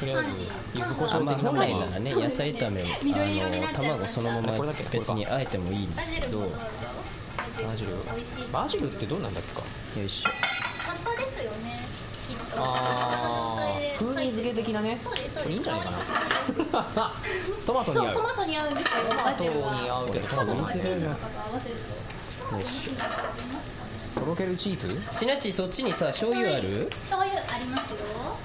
[SPEAKER 4] とりあえず柚子胡
[SPEAKER 3] あ
[SPEAKER 4] 椒
[SPEAKER 3] まあ
[SPEAKER 4] 的な
[SPEAKER 3] 本
[SPEAKER 4] も
[SPEAKER 3] 来
[SPEAKER 4] の
[SPEAKER 3] な
[SPEAKER 4] は
[SPEAKER 3] らね
[SPEAKER 6] そうで
[SPEAKER 3] 野
[SPEAKER 6] すね
[SPEAKER 3] 菜炒め
[SPEAKER 6] 緑色になっ
[SPEAKER 3] あ
[SPEAKER 6] ちゃ
[SPEAKER 3] の
[SPEAKER 6] いま
[SPEAKER 3] 卵
[SPEAKER 6] した
[SPEAKER 3] そのま
[SPEAKER 4] これ
[SPEAKER 3] ま
[SPEAKER 4] だっけ
[SPEAKER 3] 別にあえてもいいんで
[SPEAKER 6] バ
[SPEAKER 3] す
[SPEAKER 6] ジ
[SPEAKER 3] け
[SPEAKER 6] ルも
[SPEAKER 3] ど
[SPEAKER 6] どう
[SPEAKER 3] よ
[SPEAKER 6] ぞ
[SPEAKER 4] バジル
[SPEAKER 6] 美味しい
[SPEAKER 4] バジルってどんなんだっけか
[SPEAKER 3] いしょ
[SPEAKER 6] 葉っぱですよねきっと
[SPEAKER 4] あー
[SPEAKER 6] 葉っぱの状態で
[SPEAKER 4] 風味付け的なね
[SPEAKER 6] そうですそう
[SPEAKER 4] こ
[SPEAKER 6] です
[SPEAKER 4] れいいんじゃないかな
[SPEAKER 6] 香りがする
[SPEAKER 4] トマトに合
[SPEAKER 6] そう
[SPEAKER 4] う
[SPEAKER 6] トマトに合うんですよバジル
[SPEAKER 4] トマ
[SPEAKER 6] は
[SPEAKER 4] トに合うけど
[SPEAKER 6] トマトと
[SPEAKER 4] トマ
[SPEAKER 6] か
[SPEAKER 4] ト
[SPEAKER 6] チ
[SPEAKER 4] に合う
[SPEAKER 6] ーズとかと合わせると
[SPEAKER 3] よし
[SPEAKER 4] とろけるチーズ
[SPEAKER 3] ちなっちそっちにさ醤油ある
[SPEAKER 6] 醤油ありますよ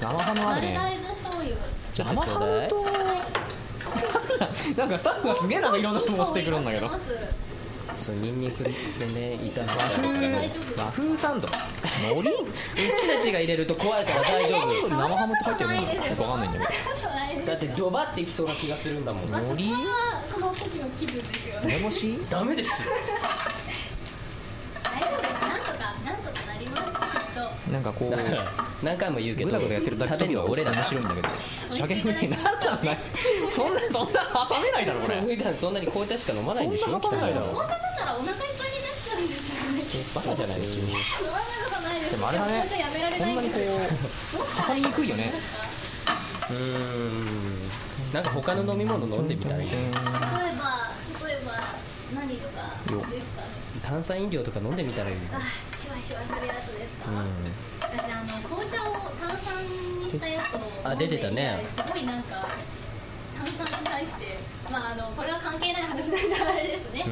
[SPEAKER 4] 生ハムある
[SPEAKER 6] 丸
[SPEAKER 4] ね
[SPEAKER 6] 大豆醤油
[SPEAKER 3] ちょっとちょうだい
[SPEAKER 4] なんかスタッフがすげえなんかいろんなものをしてくるんだけど
[SPEAKER 6] はいいい香りがしてます
[SPEAKER 3] そうニンニクのね炒め
[SPEAKER 6] な
[SPEAKER 3] た
[SPEAKER 6] ん
[SPEAKER 3] り
[SPEAKER 6] で
[SPEAKER 3] とかね
[SPEAKER 6] 大丈夫
[SPEAKER 4] 和風サンド海苔
[SPEAKER 3] ちなっちが入れると怖いから大丈夫
[SPEAKER 4] 生ハムって入ってるもんだよくわかんないんだけど
[SPEAKER 3] だってドバっていきそうな気がするんだもん
[SPEAKER 6] そこはその時の気分ですよね
[SPEAKER 4] 梅干し
[SPEAKER 3] ダメですよ
[SPEAKER 6] 大丈夫ですなんとかなんとかなりますきっと
[SPEAKER 4] なんかこ
[SPEAKER 3] だか
[SPEAKER 4] う
[SPEAKER 3] ら何回も言うけ
[SPEAKER 4] グ
[SPEAKER 3] ど
[SPEAKER 4] ダグダやってるだけ
[SPEAKER 3] 食べるのは俺ら
[SPEAKER 4] 面白いんだけど
[SPEAKER 6] 美味しい
[SPEAKER 4] ね何なんだよそんなそんな挟めないだろこれ
[SPEAKER 3] 普段そんなに紅茶しか飲まないんでし
[SPEAKER 4] そんな
[SPEAKER 3] ょ
[SPEAKER 4] 挟めないだ
[SPEAKER 6] 大
[SPEAKER 4] ろ
[SPEAKER 6] 阪だったらお腹いっぱいになっちゃうんですよね
[SPEAKER 3] バカじゃないの君
[SPEAKER 6] そんなことないです
[SPEAKER 4] でもあれだね
[SPEAKER 6] 本当やめられ
[SPEAKER 4] こ
[SPEAKER 6] なんい
[SPEAKER 4] なに
[SPEAKER 6] です
[SPEAKER 4] こ
[SPEAKER 6] よ
[SPEAKER 4] う挟みにくいよね
[SPEAKER 3] うーんなんか他の飲み物飲んでみたい
[SPEAKER 6] 例えば例えば何とかですかね
[SPEAKER 3] 炭酸飲料とか飲んでみたらいい
[SPEAKER 6] あシュワシュワするやつですか、
[SPEAKER 3] う
[SPEAKER 6] 私あの紅茶を炭酸にしたやつを
[SPEAKER 3] あ出てたね
[SPEAKER 6] 飲んで以来すごいなんか炭酸に対してまああのこれは関係ない話なんであれですね、
[SPEAKER 3] ん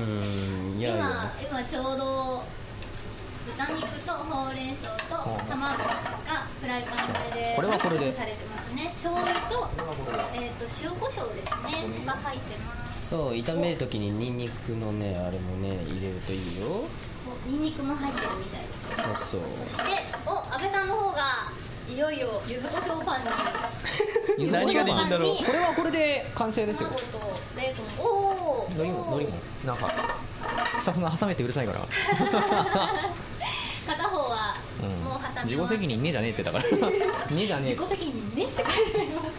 [SPEAKER 3] うんいやい
[SPEAKER 6] 今
[SPEAKER 3] や
[SPEAKER 6] 今ちょうど豚肉とほうれん草と卵がフライパンでで
[SPEAKER 4] これはこれで
[SPEAKER 6] ミックスされてますね醤油と,、えー、と塩コショウですねが入ってます
[SPEAKER 3] そう炒めるときにニンニクのねあれもね入れるといいよ
[SPEAKER 6] おニンニクも入ってるみたいです
[SPEAKER 3] そうそう
[SPEAKER 6] そしてお安倍さんの方がいよいよ柚子胡椒パンに
[SPEAKER 3] 何ができんだろう
[SPEAKER 4] これはこれで完成ですよ
[SPEAKER 6] 卵とベーコンおお
[SPEAKER 4] 海苔も海苔もなんかスタッフが挟めてうるさいから
[SPEAKER 6] 片方は
[SPEAKER 4] うん
[SPEAKER 6] もう挟んで
[SPEAKER 4] 自己責任ねえじゃねえって だからねえじゃねえ
[SPEAKER 6] 自己責任ねって書いてあります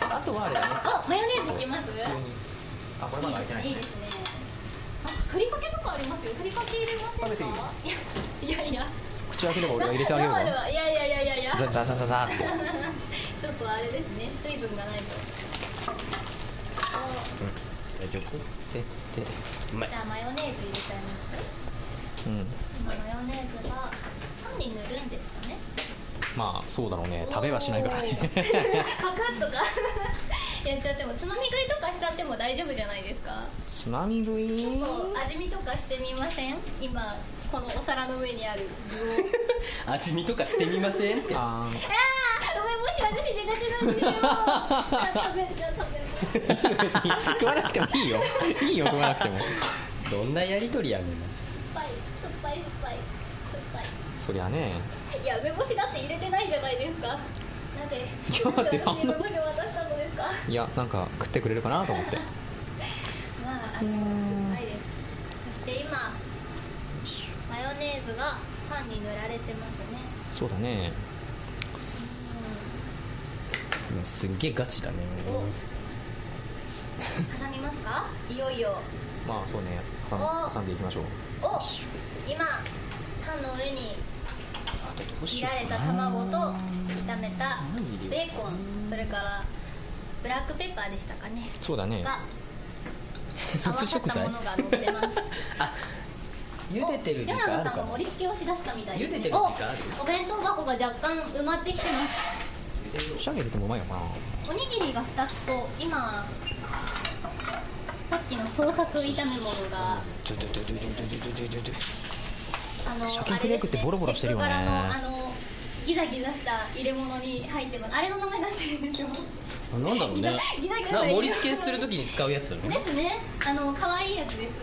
[SPEAKER 4] あとはあれだね
[SPEAKER 6] おマヨネーズいきます
[SPEAKER 4] 普通にあこれまだ開いてない
[SPEAKER 6] いいですねあふりかけとかありますよふりかけ入れませんか
[SPEAKER 4] 食べていい
[SPEAKER 6] いやいやいや
[SPEAKER 4] 口開ければ俺が入れてあげる
[SPEAKER 6] 生で
[SPEAKER 4] わ
[SPEAKER 6] はいやいやいやいやいや
[SPEAKER 4] ザザザザザって
[SPEAKER 6] ちょっとあれですね水分がないと
[SPEAKER 3] 大丈夫
[SPEAKER 4] でで
[SPEAKER 6] じゃあマヨネーズ入れちゃいます
[SPEAKER 4] うん
[SPEAKER 6] 今マヨネーズがパンに塗るんですかね
[SPEAKER 4] まあそうだろうね食べはしないからね
[SPEAKER 6] パカッとか やっちゃってもつまみ食いとかしちゃっても大丈夫じゃないですか
[SPEAKER 4] つまみ食い
[SPEAKER 6] ちょっと味見とかしてみません今このお皿の上にある具を
[SPEAKER 3] 味見とかしてみませんって
[SPEAKER 4] あ
[SPEAKER 6] あー梅干し私苦手なんですよあ食べちゃう食べちゃう
[SPEAKER 4] 別に食わなくてもいいよいいよ食わなくても
[SPEAKER 3] どんなやりとりやねん
[SPEAKER 6] 酸っぱい酸っぱい酸っぱい酸っ
[SPEAKER 4] そりゃね
[SPEAKER 6] ぱいいや梅干しだって入れてないじゃないですかなぜ
[SPEAKER 4] いや
[SPEAKER 6] な
[SPEAKER 4] だっ
[SPEAKER 6] んで
[SPEAKER 4] て
[SPEAKER 6] 私に
[SPEAKER 4] あんな
[SPEAKER 6] 梅干しを渡したのですか
[SPEAKER 4] いやなんか食ってくれるかなと思って
[SPEAKER 6] まああのスがパンに塗られてますね
[SPEAKER 4] そうだ
[SPEAKER 3] も
[SPEAKER 4] ね
[SPEAKER 3] うすっげえガチだね
[SPEAKER 6] お挟みますかいよいよ
[SPEAKER 4] まあそうね挟
[SPEAKER 6] お
[SPEAKER 4] ん挟んでいきましょう
[SPEAKER 6] お今パンの上に
[SPEAKER 3] あとどう
[SPEAKER 6] 切
[SPEAKER 3] しよ
[SPEAKER 6] られ
[SPEAKER 3] うか
[SPEAKER 6] た
[SPEAKER 3] な
[SPEAKER 6] 卵と炒めた
[SPEAKER 3] 何入れ
[SPEAKER 6] ベ
[SPEAKER 3] よ
[SPEAKER 6] ーコンそれからブラックペッパーでしたかね
[SPEAKER 4] そうだ ね
[SPEAKER 6] が合わさったものが乗ってます
[SPEAKER 3] う茹でてる時間ある
[SPEAKER 6] 柳さんが
[SPEAKER 3] かな
[SPEAKER 6] 盛り付けをしだしたみたいですね
[SPEAKER 3] 茹でてる時間ある
[SPEAKER 6] おお弁当箱が若干埋まってきてます
[SPEAKER 4] シャゲ入れてもうまいよな
[SPEAKER 6] おにぎりが2つと今さっきの創作炒め物が
[SPEAKER 3] ドゥドゥドゥドゥドゥドゥドゥドゥドゥ
[SPEAKER 6] あの
[SPEAKER 4] シャキ
[SPEAKER 6] あ
[SPEAKER 4] フ
[SPEAKER 6] れ
[SPEAKER 4] レ
[SPEAKER 6] で
[SPEAKER 4] ークっ
[SPEAKER 6] す
[SPEAKER 4] て
[SPEAKER 6] ね
[SPEAKER 4] ボロボロしてるよね
[SPEAKER 6] チェック柄のあのギザギザした入れ物に入ってますあれの名前なんて言うんでしょう
[SPEAKER 3] あなんだろうね
[SPEAKER 6] ギザギザ
[SPEAKER 3] な盛り付けするときに使うやつだ
[SPEAKER 6] で
[SPEAKER 3] ね
[SPEAKER 6] すねあの可愛いやつです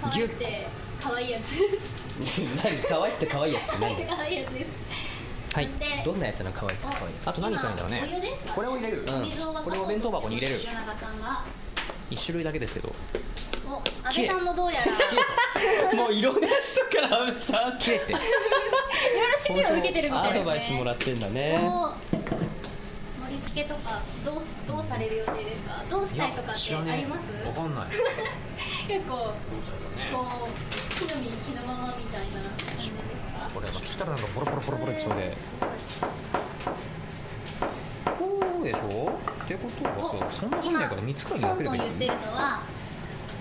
[SPEAKER 6] 可愛くて可愛いやつです
[SPEAKER 3] 何可愛くて可愛いやつって
[SPEAKER 6] 可愛
[SPEAKER 3] 何
[SPEAKER 6] くて可愛いやつです
[SPEAKER 4] はい
[SPEAKER 6] そして
[SPEAKER 3] どんなやつなの可愛くて
[SPEAKER 6] お
[SPEAKER 3] 可愛い
[SPEAKER 4] あと何したらいいんだろうね
[SPEAKER 6] 今お湯ですかね
[SPEAKER 4] これを入れる
[SPEAKER 6] お水を沸かそうとしてます
[SPEAKER 4] これを弁当箱に入れる
[SPEAKER 6] 弘中さんが
[SPEAKER 4] 一種類だけですけど
[SPEAKER 6] お安倍さんのどうや らい
[SPEAKER 3] やつもういろんな人から阿部さん
[SPEAKER 4] 切れって
[SPEAKER 6] ろいろ指示を受けてるみた
[SPEAKER 3] ア
[SPEAKER 6] いですね
[SPEAKER 3] ドバイスもらってんだね
[SPEAKER 6] もう盛り付けとかどうすどうされる予定ですかどうしたいとかってあります
[SPEAKER 4] わかんない
[SPEAKER 6] 結構こう木の実木のままみたいな感じですか
[SPEAKER 4] これまあ切ったらなんかポロポロポロポロいきそうでこうでしょってことは
[SPEAKER 6] お
[SPEAKER 4] さそんな分
[SPEAKER 6] 今
[SPEAKER 4] ないから3つくらいに
[SPEAKER 6] ト
[SPEAKER 4] 分
[SPEAKER 6] ン
[SPEAKER 4] けれ
[SPEAKER 6] ト
[SPEAKER 4] ば
[SPEAKER 6] ン
[SPEAKER 4] いい
[SPEAKER 6] 言って
[SPEAKER 4] よ
[SPEAKER 6] るのは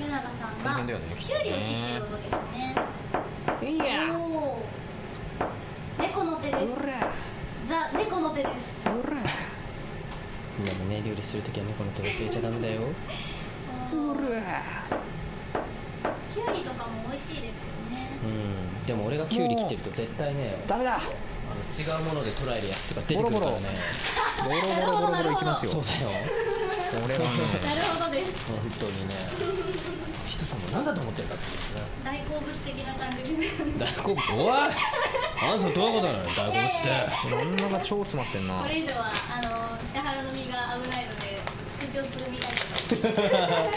[SPEAKER 6] 湯永
[SPEAKER 4] 大
[SPEAKER 6] さん
[SPEAKER 4] 変だ
[SPEAKER 6] が
[SPEAKER 4] よね
[SPEAKER 6] きゅうりを切ってる音ですねおー猫の手ですザ猫の手です
[SPEAKER 3] みんなもね料理するときはねこの手忘れちゃダメだよ
[SPEAKER 6] きゅうりとかも美味しいですよね
[SPEAKER 3] うんでも俺がキュウリ切ってると絶対ねダメだあの違うもので捉えるやつとか出てくるからね
[SPEAKER 4] ボロボロボロボロいきますよ
[SPEAKER 3] そうだよ
[SPEAKER 4] これはね
[SPEAKER 6] なるほどです
[SPEAKER 3] 本当にね人様何だと思ってるかって
[SPEAKER 6] 大好物的な感じですよね
[SPEAKER 3] 大好物おいあんさんどういうことなの大好物って
[SPEAKER 6] いやいやいや
[SPEAKER 4] 女が超詰まってんな
[SPEAKER 6] これ以上はあの北原の実が危ないので口をつぐみたいと思い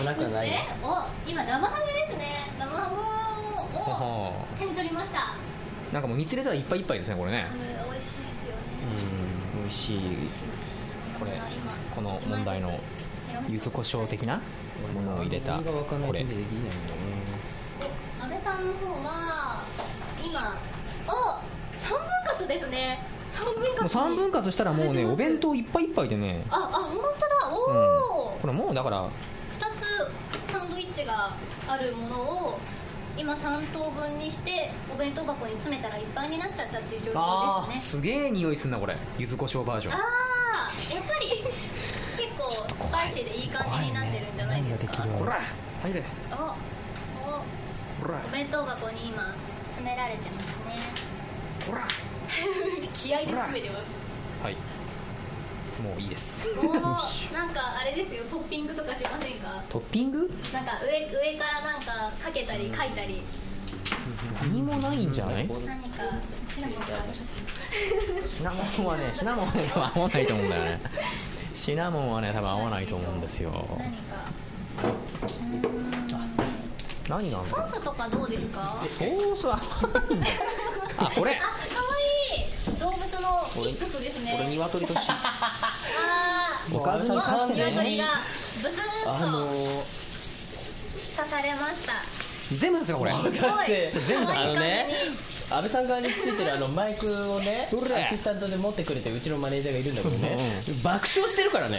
[SPEAKER 3] 危なくはない
[SPEAKER 6] ます
[SPEAKER 3] よ
[SPEAKER 6] ねお今生ハムですね生ハムを
[SPEAKER 4] は
[SPEAKER 6] 手に取りましたハ
[SPEAKER 4] あなんかもう見つれたらいっぱいいっぱいですねこれね
[SPEAKER 6] ム美味しいですよね
[SPEAKER 3] うん美味しい
[SPEAKER 4] これこの問題の柚子胡椒的なものを入れた
[SPEAKER 3] 何がわかんない
[SPEAKER 4] こ
[SPEAKER 3] とで
[SPEAKER 4] れ
[SPEAKER 3] きないんだよね
[SPEAKER 6] 阿部さんの方は今お三分割ですね三分割
[SPEAKER 4] もう
[SPEAKER 6] に
[SPEAKER 4] 3分割したらもうね
[SPEAKER 6] されてます
[SPEAKER 4] お弁当いっぱいいっぱいでね
[SPEAKER 6] ああ
[SPEAKER 4] う
[SPEAKER 6] 本当
[SPEAKER 4] ん
[SPEAKER 6] だおお、
[SPEAKER 4] これもうだから
[SPEAKER 6] 二つサンドイッチがあるものを今三等分にしてお弁当箱に詰めたらいっぱいになっちゃったっていう状況
[SPEAKER 4] あー
[SPEAKER 6] です
[SPEAKER 4] す
[SPEAKER 6] ね
[SPEAKER 4] げえ匂いすんなこれ柚子胡椒バージョン
[SPEAKER 6] ああやっぱり結構スパイシーでいい感じになってるんじゃないですか、
[SPEAKER 4] こら入れ
[SPEAKER 6] あお
[SPEAKER 4] こら
[SPEAKER 6] お弁当箱に今詰められてますね
[SPEAKER 4] こら
[SPEAKER 6] 気合で詰めてます
[SPEAKER 4] はいもういいです
[SPEAKER 6] おーなんかあれですよトッピングとかしませんか
[SPEAKER 4] トッピング
[SPEAKER 6] なんか上上からなんかかけたり書いたり
[SPEAKER 4] 何もないんじゃない
[SPEAKER 6] 何かシナモンとかあります
[SPEAKER 4] シナモンはねシナモンはね多分合わないと思うんだよ ねシナモンはね多分合わないと思うんですよ
[SPEAKER 6] 何かうーん
[SPEAKER 4] 何なん
[SPEAKER 6] ソ
[SPEAKER 4] だ
[SPEAKER 6] ースとかどうですか
[SPEAKER 4] ソースは合わないんだよあこれ
[SPEAKER 6] あ可愛い動物のミックスです
[SPEAKER 3] これ
[SPEAKER 6] ね
[SPEAKER 3] 鶏とし
[SPEAKER 6] あ
[SPEAKER 3] おかずに
[SPEAKER 6] ー
[SPEAKER 3] 関
[SPEAKER 6] あ
[SPEAKER 3] して
[SPEAKER 6] 鶏が
[SPEAKER 3] ね
[SPEAKER 6] ブスー
[SPEAKER 3] あ
[SPEAKER 6] ッと
[SPEAKER 3] のー
[SPEAKER 6] 刺されました
[SPEAKER 4] 全部ですかこれ
[SPEAKER 3] だって
[SPEAKER 6] すごい
[SPEAKER 3] あのね
[SPEAKER 6] 可
[SPEAKER 3] 安
[SPEAKER 6] 愛い感
[SPEAKER 3] 倍さん側についてるあのマイクをねアシスタントで持ってくれてうちのマネージャーがいるんだけどね爆笑してるからね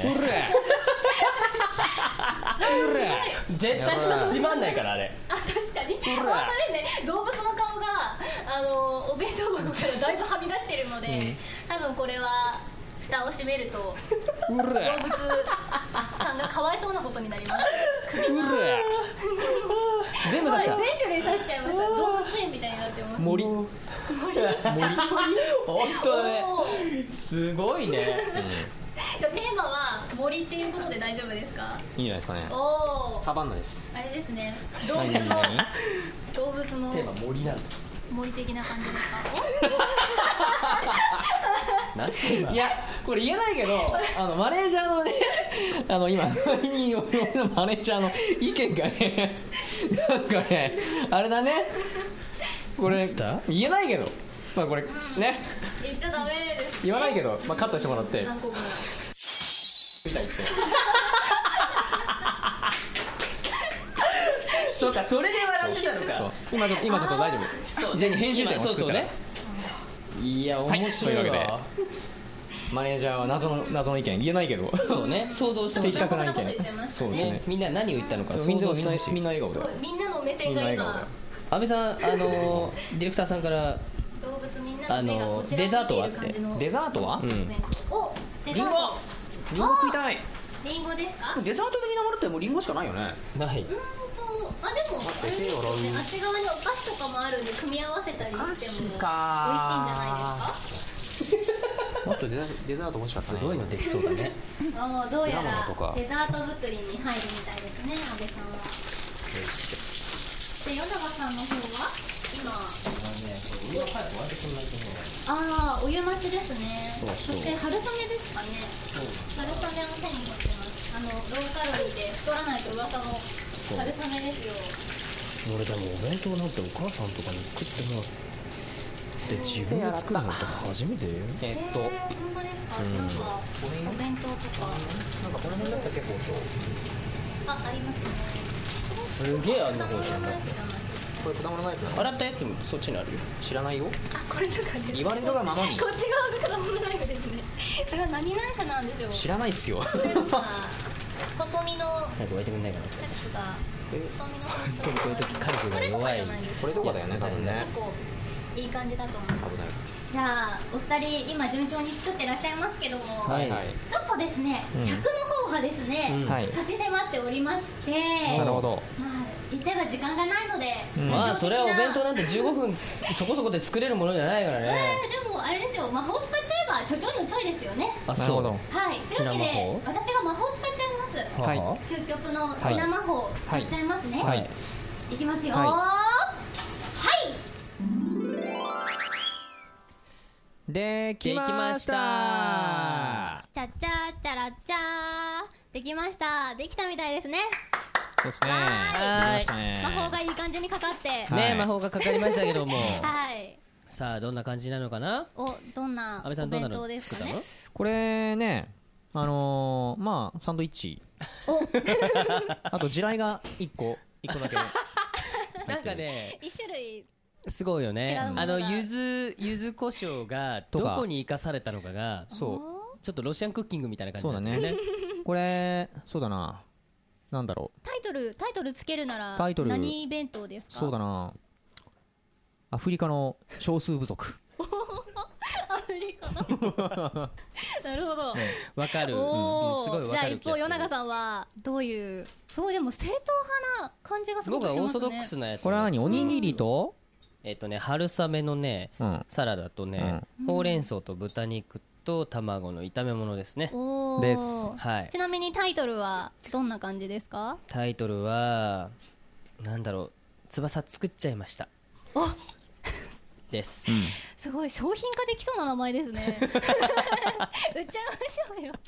[SPEAKER 3] 絶対蓋閉まんないからあれ
[SPEAKER 6] あ確かに本当ですね動物の顔があのお弁当箱からだいぶはみ出してるので、多分これは蓋を閉めると動物さんがかわいそうなことになります首が
[SPEAKER 4] 全部
[SPEAKER 6] は
[SPEAKER 4] 出
[SPEAKER 6] い
[SPEAKER 4] した
[SPEAKER 6] 全種類刺しちゃいました動物園みたいになってます
[SPEAKER 3] 森森 本当だね
[SPEAKER 6] おー
[SPEAKER 3] すごいね
[SPEAKER 6] じゃあテーマは森っていうことで大丈夫ですか
[SPEAKER 4] いいんじゃないですかね
[SPEAKER 6] おお
[SPEAKER 4] サバンナです
[SPEAKER 6] あれですね動物
[SPEAKER 4] 何何
[SPEAKER 6] の
[SPEAKER 4] 何
[SPEAKER 6] 動物の
[SPEAKER 3] テーマ森 なの
[SPEAKER 6] 森的な感じですか
[SPEAKER 3] 何て今
[SPEAKER 4] いやこれ言えないけどあのマネージャーのね あの今隣に俺の マネージャーの意見がねなんかねあれだねこれ
[SPEAKER 3] つった
[SPEAKER 4] 言えないけどまあこれね
[SPEAKER 6] 言っちゃダメです、ね、
[SPEAKER 4] 言わないけど、まあ、カットしてもらって
[SPEAKER 6] 韓国語
[SPEAKER 4] みたいって
[SPEAKER 8] そうかそれで笑ってたの
[SPEAKER 4] そう
[SPEAKER 8] か
[SPEAKER 4] 今ちょっと今ちょっと大丈夫じゃあ編集点を
[SPEAKER 3] 今そう
[SPEAKER 4] 作
[SPEAKER 3] そ
[SPEAKER 4] っ
[SPEAKER 3] う
[SPEAKER 4] たら
[SPEAKER 3] ねいや
[SPEAKER 4] はい
[SPEAKER 3] 面白い
[SPEAKER 4] という
[SPEAKER 3] わ
[SPEAKER 4] わマネージャーは謎の謎の意見言えないけど
[SPEAKER 3] そう ね想像してほし
[SPEAKER 4] 的
[SPEAKER 3] い
[SPEAKER 4] 確な意
[SPEAKER 6] そういうこと言ってま
[SPEAKER 4] 見
[SPEAKER 6] す
[SPEAKER 4] そうですね
[SPEAKER 3] ねみんな何を言ったのか
[SPEAKER 4] み
[SPEAKER 3] 想
[SPEAKER 4] んな
[SPEAKER 3] 像
[SPEAKER 4] み
[SPEAKER 3] し
[SPEAKER 4] んな
[SPEAKER 3] てほしい
[SPEAKER 4] みんな笑顔だよ
[SPEAKER 6] みんなの目
[SPEAKER 4] み
[SPEAKER 6] 線
[SPEAKER 4] んな
[SPEAKER 6] が
[SPEAKER 4] 笑顔だ
[SPEAKER 6] 今
[SPEAKER 4] よ
[SPEAKER 3] 安倍さんあの ーディレクターさんから
[SPEAKER 6] 動物みんなの目がこちらを見ている感じの
[SPEAKER 4] デザートは、
[SPEAKER 3] うん
[SPEAKER 6] おデザート
[SPEAKER 4] リンゴ食いたい
[SPEAKER 6] リンゴですかうーんと
[SPEAKER 4] デザート的なものってもうリンゴしかないよね
[SPEAKER 3] ない
[SPEAKER 6] あでもあれですよねあっち側にお菓子とかもあるんで組み合わせたりしても美味しいんじゃないですか
[SPEAKER 4] もっとデザデザート欲しかった
[SPEAKER 3] す
[SPEAKER 4] ね
[SPEAKER 3] ごいのできそうだね
[SPEAKER 6] あーどうや
[SPEAKER 4] 果物とから
[SPEAKER 6] デザート作りに入るみたいですね安倍さんはで米長さんの方は今ああお湯待ちですねそして春雨ですかね春雨を手に持ってますあのローカロリーで太らないと噂の春雨ですよ
[SPEAKER 3] 俺でもお弁当なんてお母さんとかに作ってもらって自分で作るのって初めて
[SPEAKER 4] え
[SPEAKER 6] え
[SPEAKER 4] ーっ
[SPEAKER 6] ー、
[SPEAKER 4] と
[SPEAKER 6] 本当ですか、なんかお弁当とか
[SPEAKER 4] なんかこの辺だったっけ包丁
[SPEAKER 6] あありますね
[SPEAKER 3] すげえあんな
[SPEAKER 6] 果
[SPEAKER 3] 包
[SPEAKER 6] 物
[SPEAKER 3] 丁
[SPEAKER 6] の
[SPEAKER 3] だ
[SPEAKER 6] やつじゃない
[SPEAKER 4] これ果物ナイフなの
[SPEAKER 3] 洗ったやつもそっちにあるよ
[SPEAKER 4] 知らないよ
[SPEAKER 6] あこれとかです
[SPEAKER 4] 言われるがままに
[SPEAKER 6] こっち側が果物ナイフですねそれは何ナイフなんでしょう
[SPEAKER 4] 知らないっすよ
[SPEAKER 6] なんか細身のや
[SPEAKER 3] 早く沸いてくんないかな
[SPEAKER 6] つが細身の包
[SPEAKER 3] こういう時火力が弱い
[SPEAKER 6] それとかじゃないです
[SPEAKER 4] これとかだよね多分ね
[SPEAKER 6] 結構いい感じだと思います
[SPEAKER 4] 危ない
[SPEAKER 6] じゃあお二人今順調に作ってらっしゃいますけども、
[SPEAKER 3] はい
[SPEAKER 6] ちょっとですね、尺の方がですね、
[SPEAKER 3] うん
[SPEAKER 4] はい
[SPEAKER 6] 差し迫っておりまして、
[SPEAKER 4] なるほど
[SPEAKER 6] まあ、言っちゃえば時間がないので、
[SPEAKER 4] ん
[SPEAKER 3] まあそれはお弁当な
[SPEAKER 6] だ
[SPEAKER 3] んて15分そこそこで作れるものじゃないからね
[SPEAKER 6] でもあれですよ魔法使っちゃえばちょちょいのちょいですよね
[SPEAKER 3] あ
[SPEAKER 4] なるほど
[SPEAKER 6] はいというわけ
[SPEAKER 3] ちな魔
[SPEAKER 6] で
[SPEAKER 3] 法
[SPEAKER 6] 私が魔法使っちゃいます
[SPEAKER 3] はあ
[SPEAKER 4] は
[SPEAKER 6] 究極のちな魔法使っちゃいますね、
[SPEAKER 4] はいはい
[SPEAKER 6] いきますよ
[SPEAKER 4] はい
[SPEAKER 6] はい
[SPEAKER 4] で
[SPEAKER 3] できました
[SPEAKER 6] チャチャチャラチャーできましたできたみたいですね
[SPEAKER 4] そうですね
[SPEAKER 6] は
[SPEAKER 4] できま
[SPEAKER 3] い
[SPEAKER 4] したね
[SPEAKER 6] 魔法がいい感じにかかって
[SPEAKER 4] はい
[SPEAKER 3] ね魔法がかかりましたけども
[SPEAKER 6] はい
[SPEAKER 3] さあどんな感じなのかな
[SPEAKER 6] おどんな
[SPEAKER 3] 安倍さ
[SPEAKER 6] お
[SPEAKER 3] んどんな
[SPEAKER 6] 弁
[SPEAKER 3] の
[SPEAKER 6] 当です
[SPEAKER 3] 作
[SPEAKER 6] か
[SPEAKER 3] った
[SPEAKER 6] ね
[SPEAKER 3] の
[SPEAKER 4] これねあのー、まあサンドイッチ あと地雷が1個1個だけ
[SPEAKER 3] なんかね
[SPEAKER 6] 一種類
[SPEAKER 3] すごいよね
[SPEAKER 6] 違うものが
[SPEAKER 3] あのゆずゆず胡椒が
[SPEAKER 4] と
[SPEAKER 3] ど
[SPEAKER 4] か
[SPEAKER 3] こに生かされたのかが
[SPEAKER 4] そう
[SPEAKER 6] お
[SPEAKER 3] ちょっとロシアンクッキングみたいな感じなん
[SPEAKER 4] そうだねこれそうだななんだろう
[SPEAKER 6] タイトルタイトルつけるなら
[SPEAKER 4] タイトル
[SPEAKER 6] 何弁当ですか
[SPEAKER 4] そうだなアフリカの少数部族
[SPEAKER 6] アフリカの なるほど、
[SPEAKER 3] わかる、うんうん
[SPEAKER 6] お
[SPEAKER 3] す
[SPEAKER 6] お、
[SPEAKER 3] ごいわ
[SPEAKER 6] じゃ
[SPEAKER 3] か
[SPEAKER 6] あ
[SPEAKER 3] る
[SPEAKER 6] 一
[SPEAKER 3] 気が
[SPEAKER 6] 方
[SPEAKER 3] する
[SPEAKER 6] 与永さんはどういうすごいでも正統派な感じがすご
[SPEAKER 3] 僕
[SPEAKER 6] く
[SPEAKER 3] は
[SPEAKER 6] し
[SPEAKER 3] オー
[SPEAKER 6] ます
[SPEAKER 3] ソ
[SPEAKER 6] ね
[SPEAKER 3] ドックスなやつ
[SPEAKER 4] これは何おにぎりと
[SPEAKER 3] えっ、とね春雨のね
[SPEAKER 4] うん
[SPEAKER 3] サラダとね、ほうれん草と豚肉と卵の炒め物ですね、
[SPEAKER 6] おー
[SPEAKER 4] です
[SPEAKER 3] はい
[SPEAKER 6] ちなみにタイトルはどんな感じですか
[SPEAKER 3] タイトルはなんだろう翼作っちゃいました
[SPEAKER 6] あ
[SPEAKER 3] です、
[SPEAKER 6] すごい商品化できそうな名前です ね売っちゃいましょうよ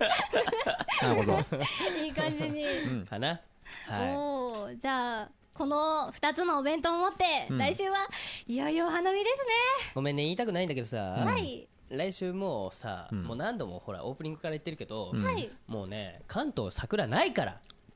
[SPEAKER 4] なるほど
[SPEAKER 6] いい感じに、
[SPEAKER 3] かなは
[SPEAKER 6] おーじゃあこの2つのお弁当を持って、
[SPEAKER 4] うん
[SPEAKER 6] 来週はいよいよお花見です
[SPEAKER 3] いごめんね言いたくないんだけどさ、
[SPEAKER 6] ね、はい
[SPEAKER 3] 来週もうさ、
[SPEAKER 4] うん
[SPEAKER 3] もう何度もほらオープニングから言ってるけど、
[SPEAKER 4] うん
[SPEAKER 6] はい、
[SPEAKER 3] もうね関東桜ないから、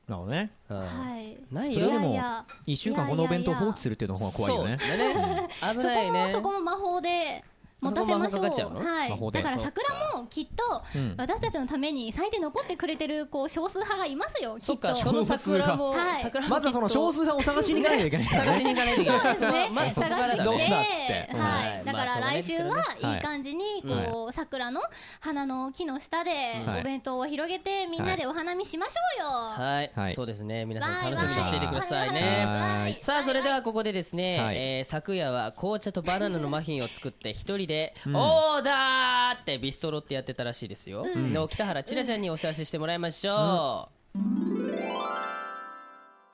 [SPEAKER 4] なるほどね
[SPEAKER 3] うん
[SPEAKER 6] はい
[SPEAKER 3] ない
[SPEAKER 4] そ
[SPEAKER 3] よ
[SPEAKER 4] れで
[SPEAKER 6] いやい
[SPEAKER 4] も
[SPEAKER 6] や
[SPEAKER 4] 1週間このお弁当放置するっていうの方が怖いよね
[SPEAKER 3] そうだね危ないね
[SPEAKER 6] そこもそこも魔法で持たせまし
[SPEAKER 3] そこも魔法か
[SPEAKER 6] ょう
[SPEAKER 3] かっちゃうの
[SPEAKER 6] は
[SPEAKER 4] 魔法
[SPEAKER 6] い、
[SPEAKER 4] で
[SPEAKER 6] だから桜もきっと
[SPEAKER 4] うん
[SPEAKER 6] 私たちのために咲いて残ってくれてるこう少数派がいますよき
[SPEAKER 3] そ
[SPEAKER 6] っ
[SPEAKER 3] っか
[SPEAKER 6] と
[SPEAKER 3] その桜も、
[SPEAKER 6] はい
[SPEAKER 3] 桜も
[SPEAKER 4] まずはその少数派を探しに行かないといけないからね
[SPEAKER 3] 探しに行かないとい けない
[SPEAKER 6] そうですね
[SPEAKER 3] まずそこからだ
[SPEAKER 4] どう
[SPEAKER 3] ね
[SPEAKER 4] だっつってうん
[SPEAKER 6] は、
[SPEAKER 3] はいい
[SPEAKER 6] だから
[SPEAKER 3] まあ
[SPEAKER 6] 来週
[SPEAKER 3] し
[SPEAKER 6] は
[SPEAKER 3] ょうがないですけどね
[SPEAKER 6] いい感じにこう、桜の花の木の下で
[SPEAKER 4] はい
[SPEAKER 6] お弁当を広げてみんなでお花見しましょうよ、
[SPEAKER 3] はい、
[SPEAKER 4] はい
[SPEAKER 3] そうですね皆
[SPEAKER 6] バ
[SPEAKER 3] さ
[SPEAKER 6] イ
[SPEAKER 3] ん
[SPEAKER 6] バ
[SPEAKER 3] 楽しみにしていてくださいね
[SPEAKER 4] バイはい
[SPEAKER 3] さあそれではここでですね、
[SPEAKER 4] はい
[SPEAKER 3] えー昨夜は紅茶とバナナのマフィンを作って一人で「
[SPEAKER 4] うん
[SPEAKER 3] オーダー!」ってビストロってやってたらしいですよ、
[SPEAKER 6] うん
[SPEAKER 3] の北原千奈ちゃんにお知らせしてもらいましょ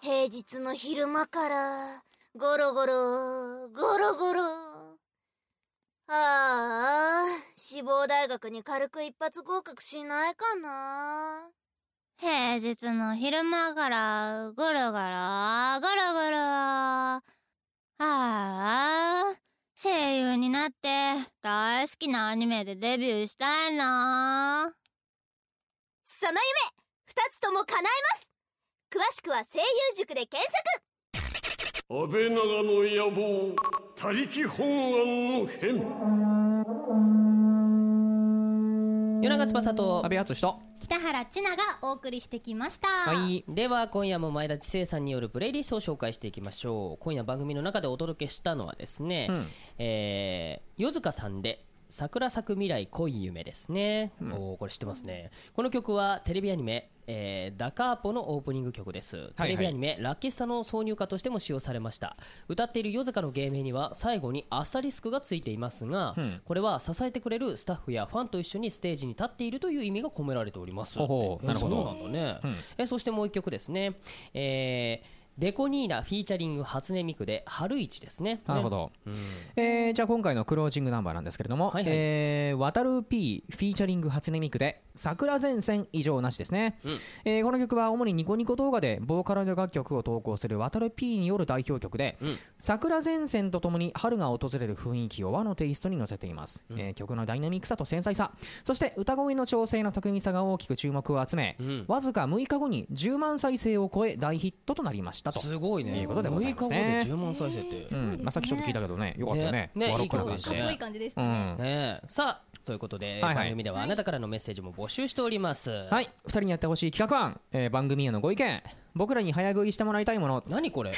[SPEAKER 9] 平日の昼間からゴロゴロゴロゴロああ志望大学に軽く一発合格しないかな
[SPEAKER 6] 平日の昼間からゴロゴロゴロゴロああ声優になって大好きなアニメでデビューしたいな
[SPEAKER 9] その夢二つとも叶えます詳しくは声優塾で検索
[SPEAKER 2] 安倍長の野望他力本願の変
[SPEAKER 7] 夜長翼と
[SPEAKER 4] 安倍敦史と
[SPEAKER 6] 北原千奈がお送りしてきました、
[SPEAKER 7] はい
[SPEAKER 3] では今夜も前田知世さんによるプレイリストを紹介していきましょう今夜番組の中でお届けしたのはですね、
[SPEAKER 4] うん
[SPEAKER 3] えー、夜塚さんで「桜咲く未来濃い夢」ですね、
[SPEAKER 4] ん
[SPEAKER 3] おおこれ知ってますねこの曲はテレビアニメえーダカーポのオープニング曲ですテレビアニメ、ラッキスタの挿入歌としても使用されました歌っている夜塚の芸名には最後にアッサリスクがついていますが、
[SPEAKER 4] うん
[SPEAKER 3] これは支えてくれるスタッフやファンと一緒にステージに立っているという意味が込められております
[SPEAKER 4] ほうほう
[SPEAKER 3] えー
[SPEAKER 4] なるほど
[SPEAKER 3] そうなんだね、
[SPEAKER 4] うん
[SPEAKER 3] えそしてもう一曲ですね、えーデコニーナフィーチャリング初音ミクで春市ですね
[SPEAKER 4] なるほ
[SPEAKER 3] ね
[SPEAKER 4] ど、
[SPEAKER 3] うん
[SPEAKER 4] えーじゃあ今回のクロージングナンバーなんですけれど
[SPEAKER 3] は
[SPEAKER 4] も、
[SPEAKER 3] いはい
[SPEAKER 4] えー渡る P フィーチャリング初音ミクで「桜前線以上なし」ですね、
[SPEAKER 3] うん
[SPEAKER 4] えーこの曲は主にニコニコ動画でボーカルの楽曲を投稿する渡る P による代表曲で、
[SPEAKER 3] うん
[SPEAKER 4] 桜前線とともに春が訪れる雰囲気を和のテイストに乗せています、えー曲のダイナミックさと繊細さそして歌声の調整の巧みさが大きく注目を集め、
[SPEAKER 3] うん
[SPEAKER 4] わずか6日後に10万再生を超え大ヒットとなりましたと
[SPEAKER 3] すごいね
[SPEAKER 4] いうことでございますね
[SPEAKER 3] 6日後で10万再生って、
[SPEAKER 6] え
[SPEAKER 4] う
[SPEAKER 6] ーすごいです
[SPEAKER 4] ん
[SPEAKER 6] ね
[SPEAKER 4] まあ、さっきちょっと聞いたけどねよかったよね
[SPEAKER 3] ねね
[SPEAKER 4] バロックな感じ
[SPEAKER 3] いい曲
[SPEAKER 4] で
[SPEAKER 3] で
[SPEAKER 6] 感じです
[SPEAKER 4] うん
[SPEAKER 3] ねえさあということで、
[SPEAKER 4] はいはい
[SPEAKER 3] 番組ではあなたからのメッセージも募集しております、
[SPEAKER 4] はい2人にやってほしい企画案、えー番組へのご意見僕らに早食いしてもらいたいもの
[SPEAKER 3] 何 これ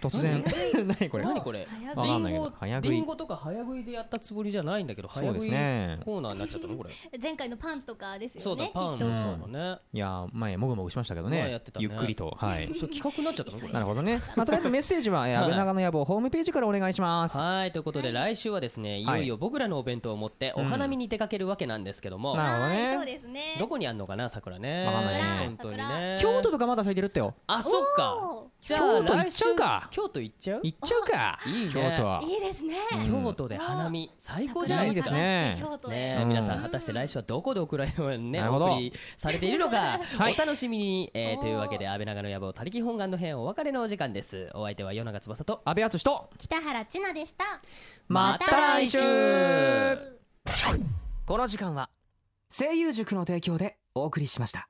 [SPEAKER 4] 突然 何これ
[SPEAKER 3] 何これ
[SPEAKER 4] 食い
[SPEAKER 3] リ
[SPEAKER 4] わかん
[SPEAKER 3] ン
[SPEAKER 4] ないけ
[SPEAKER 3] ゴ
[SPEAKER 4] ど早食い
[SPEAKER 3] リンゴとか早食いでやったつもりじゃないんだけど
[SPEAKER 4] そ
[SPEAKER 3] 早
[SPEAKER 4] うで
[SPEAKER 3] 食
[SPEAKER 4] す
[SPEAKER 3] い
[SPEAKER 4] ね
[SPEAKER 3] コーナーになっちゃったのこれ、
[SPEAKER 6] 前回のパンとかです
[SPEAKER 3] そ
[SPEAKER 6] よ
[SPEAKER 3] うだ
[SPEAKER 6] ね
[SPEAKER 3] パンも
[SPEAKER 4] きっ
[SPEAKER 3] そ
[SPEAKER 4] と
[SPEAKER 3] うだね、
[SPEAKER 4] いやー前もぐもぐしましたけどね,、
[SPEAKER 3] まあやってたね
[SPEAKER 4] ゆっくりとはい
[SPEAKER 3] それ企画になっちゃったのこれ
[SPEAKER 4] なるほどね、まあ、とりあえずメッセージは「えー
[SPEAKER 3] はい
[SPEAKER 4] 安倍長の野望」ホームページからお願いします
[SPEAKER 3] はいということで来週はですねいよいよ僕らのお弁当を持ってお花見に出かけるわけなんですけども、
[SPEAKER 4] なるほどね
[SPEAKER 6] はいそうですね
[SPEAKER 3] どこにあんのかな桜ね
[SPEAKER 4] わかんないね
[SPEAKER 3] 本当にね
[SPEAKER 4] 京都とかまだ咲いてるってよ
[SPEAKER 3] あそっか
[SPEAKER 6] おー
[SPEAKER 3] じゃあ
[SPEAKER 4] 京都行っ
[SPEAKER 3] 来
[SPEAKER 4] ち
[SPEAKER 3] 週
[SPEAKER 4] ゃうか
[SPEAKER 3] 京都行っちゃう
[SPEAKER 4] 行っちゃうか
[SPEAKER 3] いいね
[SPEAKER 4] 京都はい
[SPEAKER 6] いですね
[SPEAKER 4] うん
[SPEAKER 3] 京都で花見最高じゃない
[SPEAKER 4] い
[SPEAKER 3] で
[SPEAKER 4] ですす
[SPEAKER 3] か
[SPEAKER 4] ね
[SPEAKER 6] 京都へ
[SPEAKER 3] ねえ
[SPEAKER 4] うん
[SPEAKER 3] 皆さん果たして来週はどこでお蔵入りをね
[SPEAKER 4] なる
[SPEAKER 3] お
[SPEAKER 4] ほど
[SPEAKER 3] 送りされているのか
[SPEAKER 4] はい
[SPEAKER 3] お楽しみにえー
[SPEAKER 6] おー
[SPEAKER 3] というわけで安倍長の野望他力本願の編お別れのお時間ですお相手は与永翼と
[SPEAKER 4] 安倍敦と
[SPEAKER 6] 北原千奈でした
[SPEAKER 4] また来週
[SPEAKER 7] この時間は声優塾の提供でお送りしました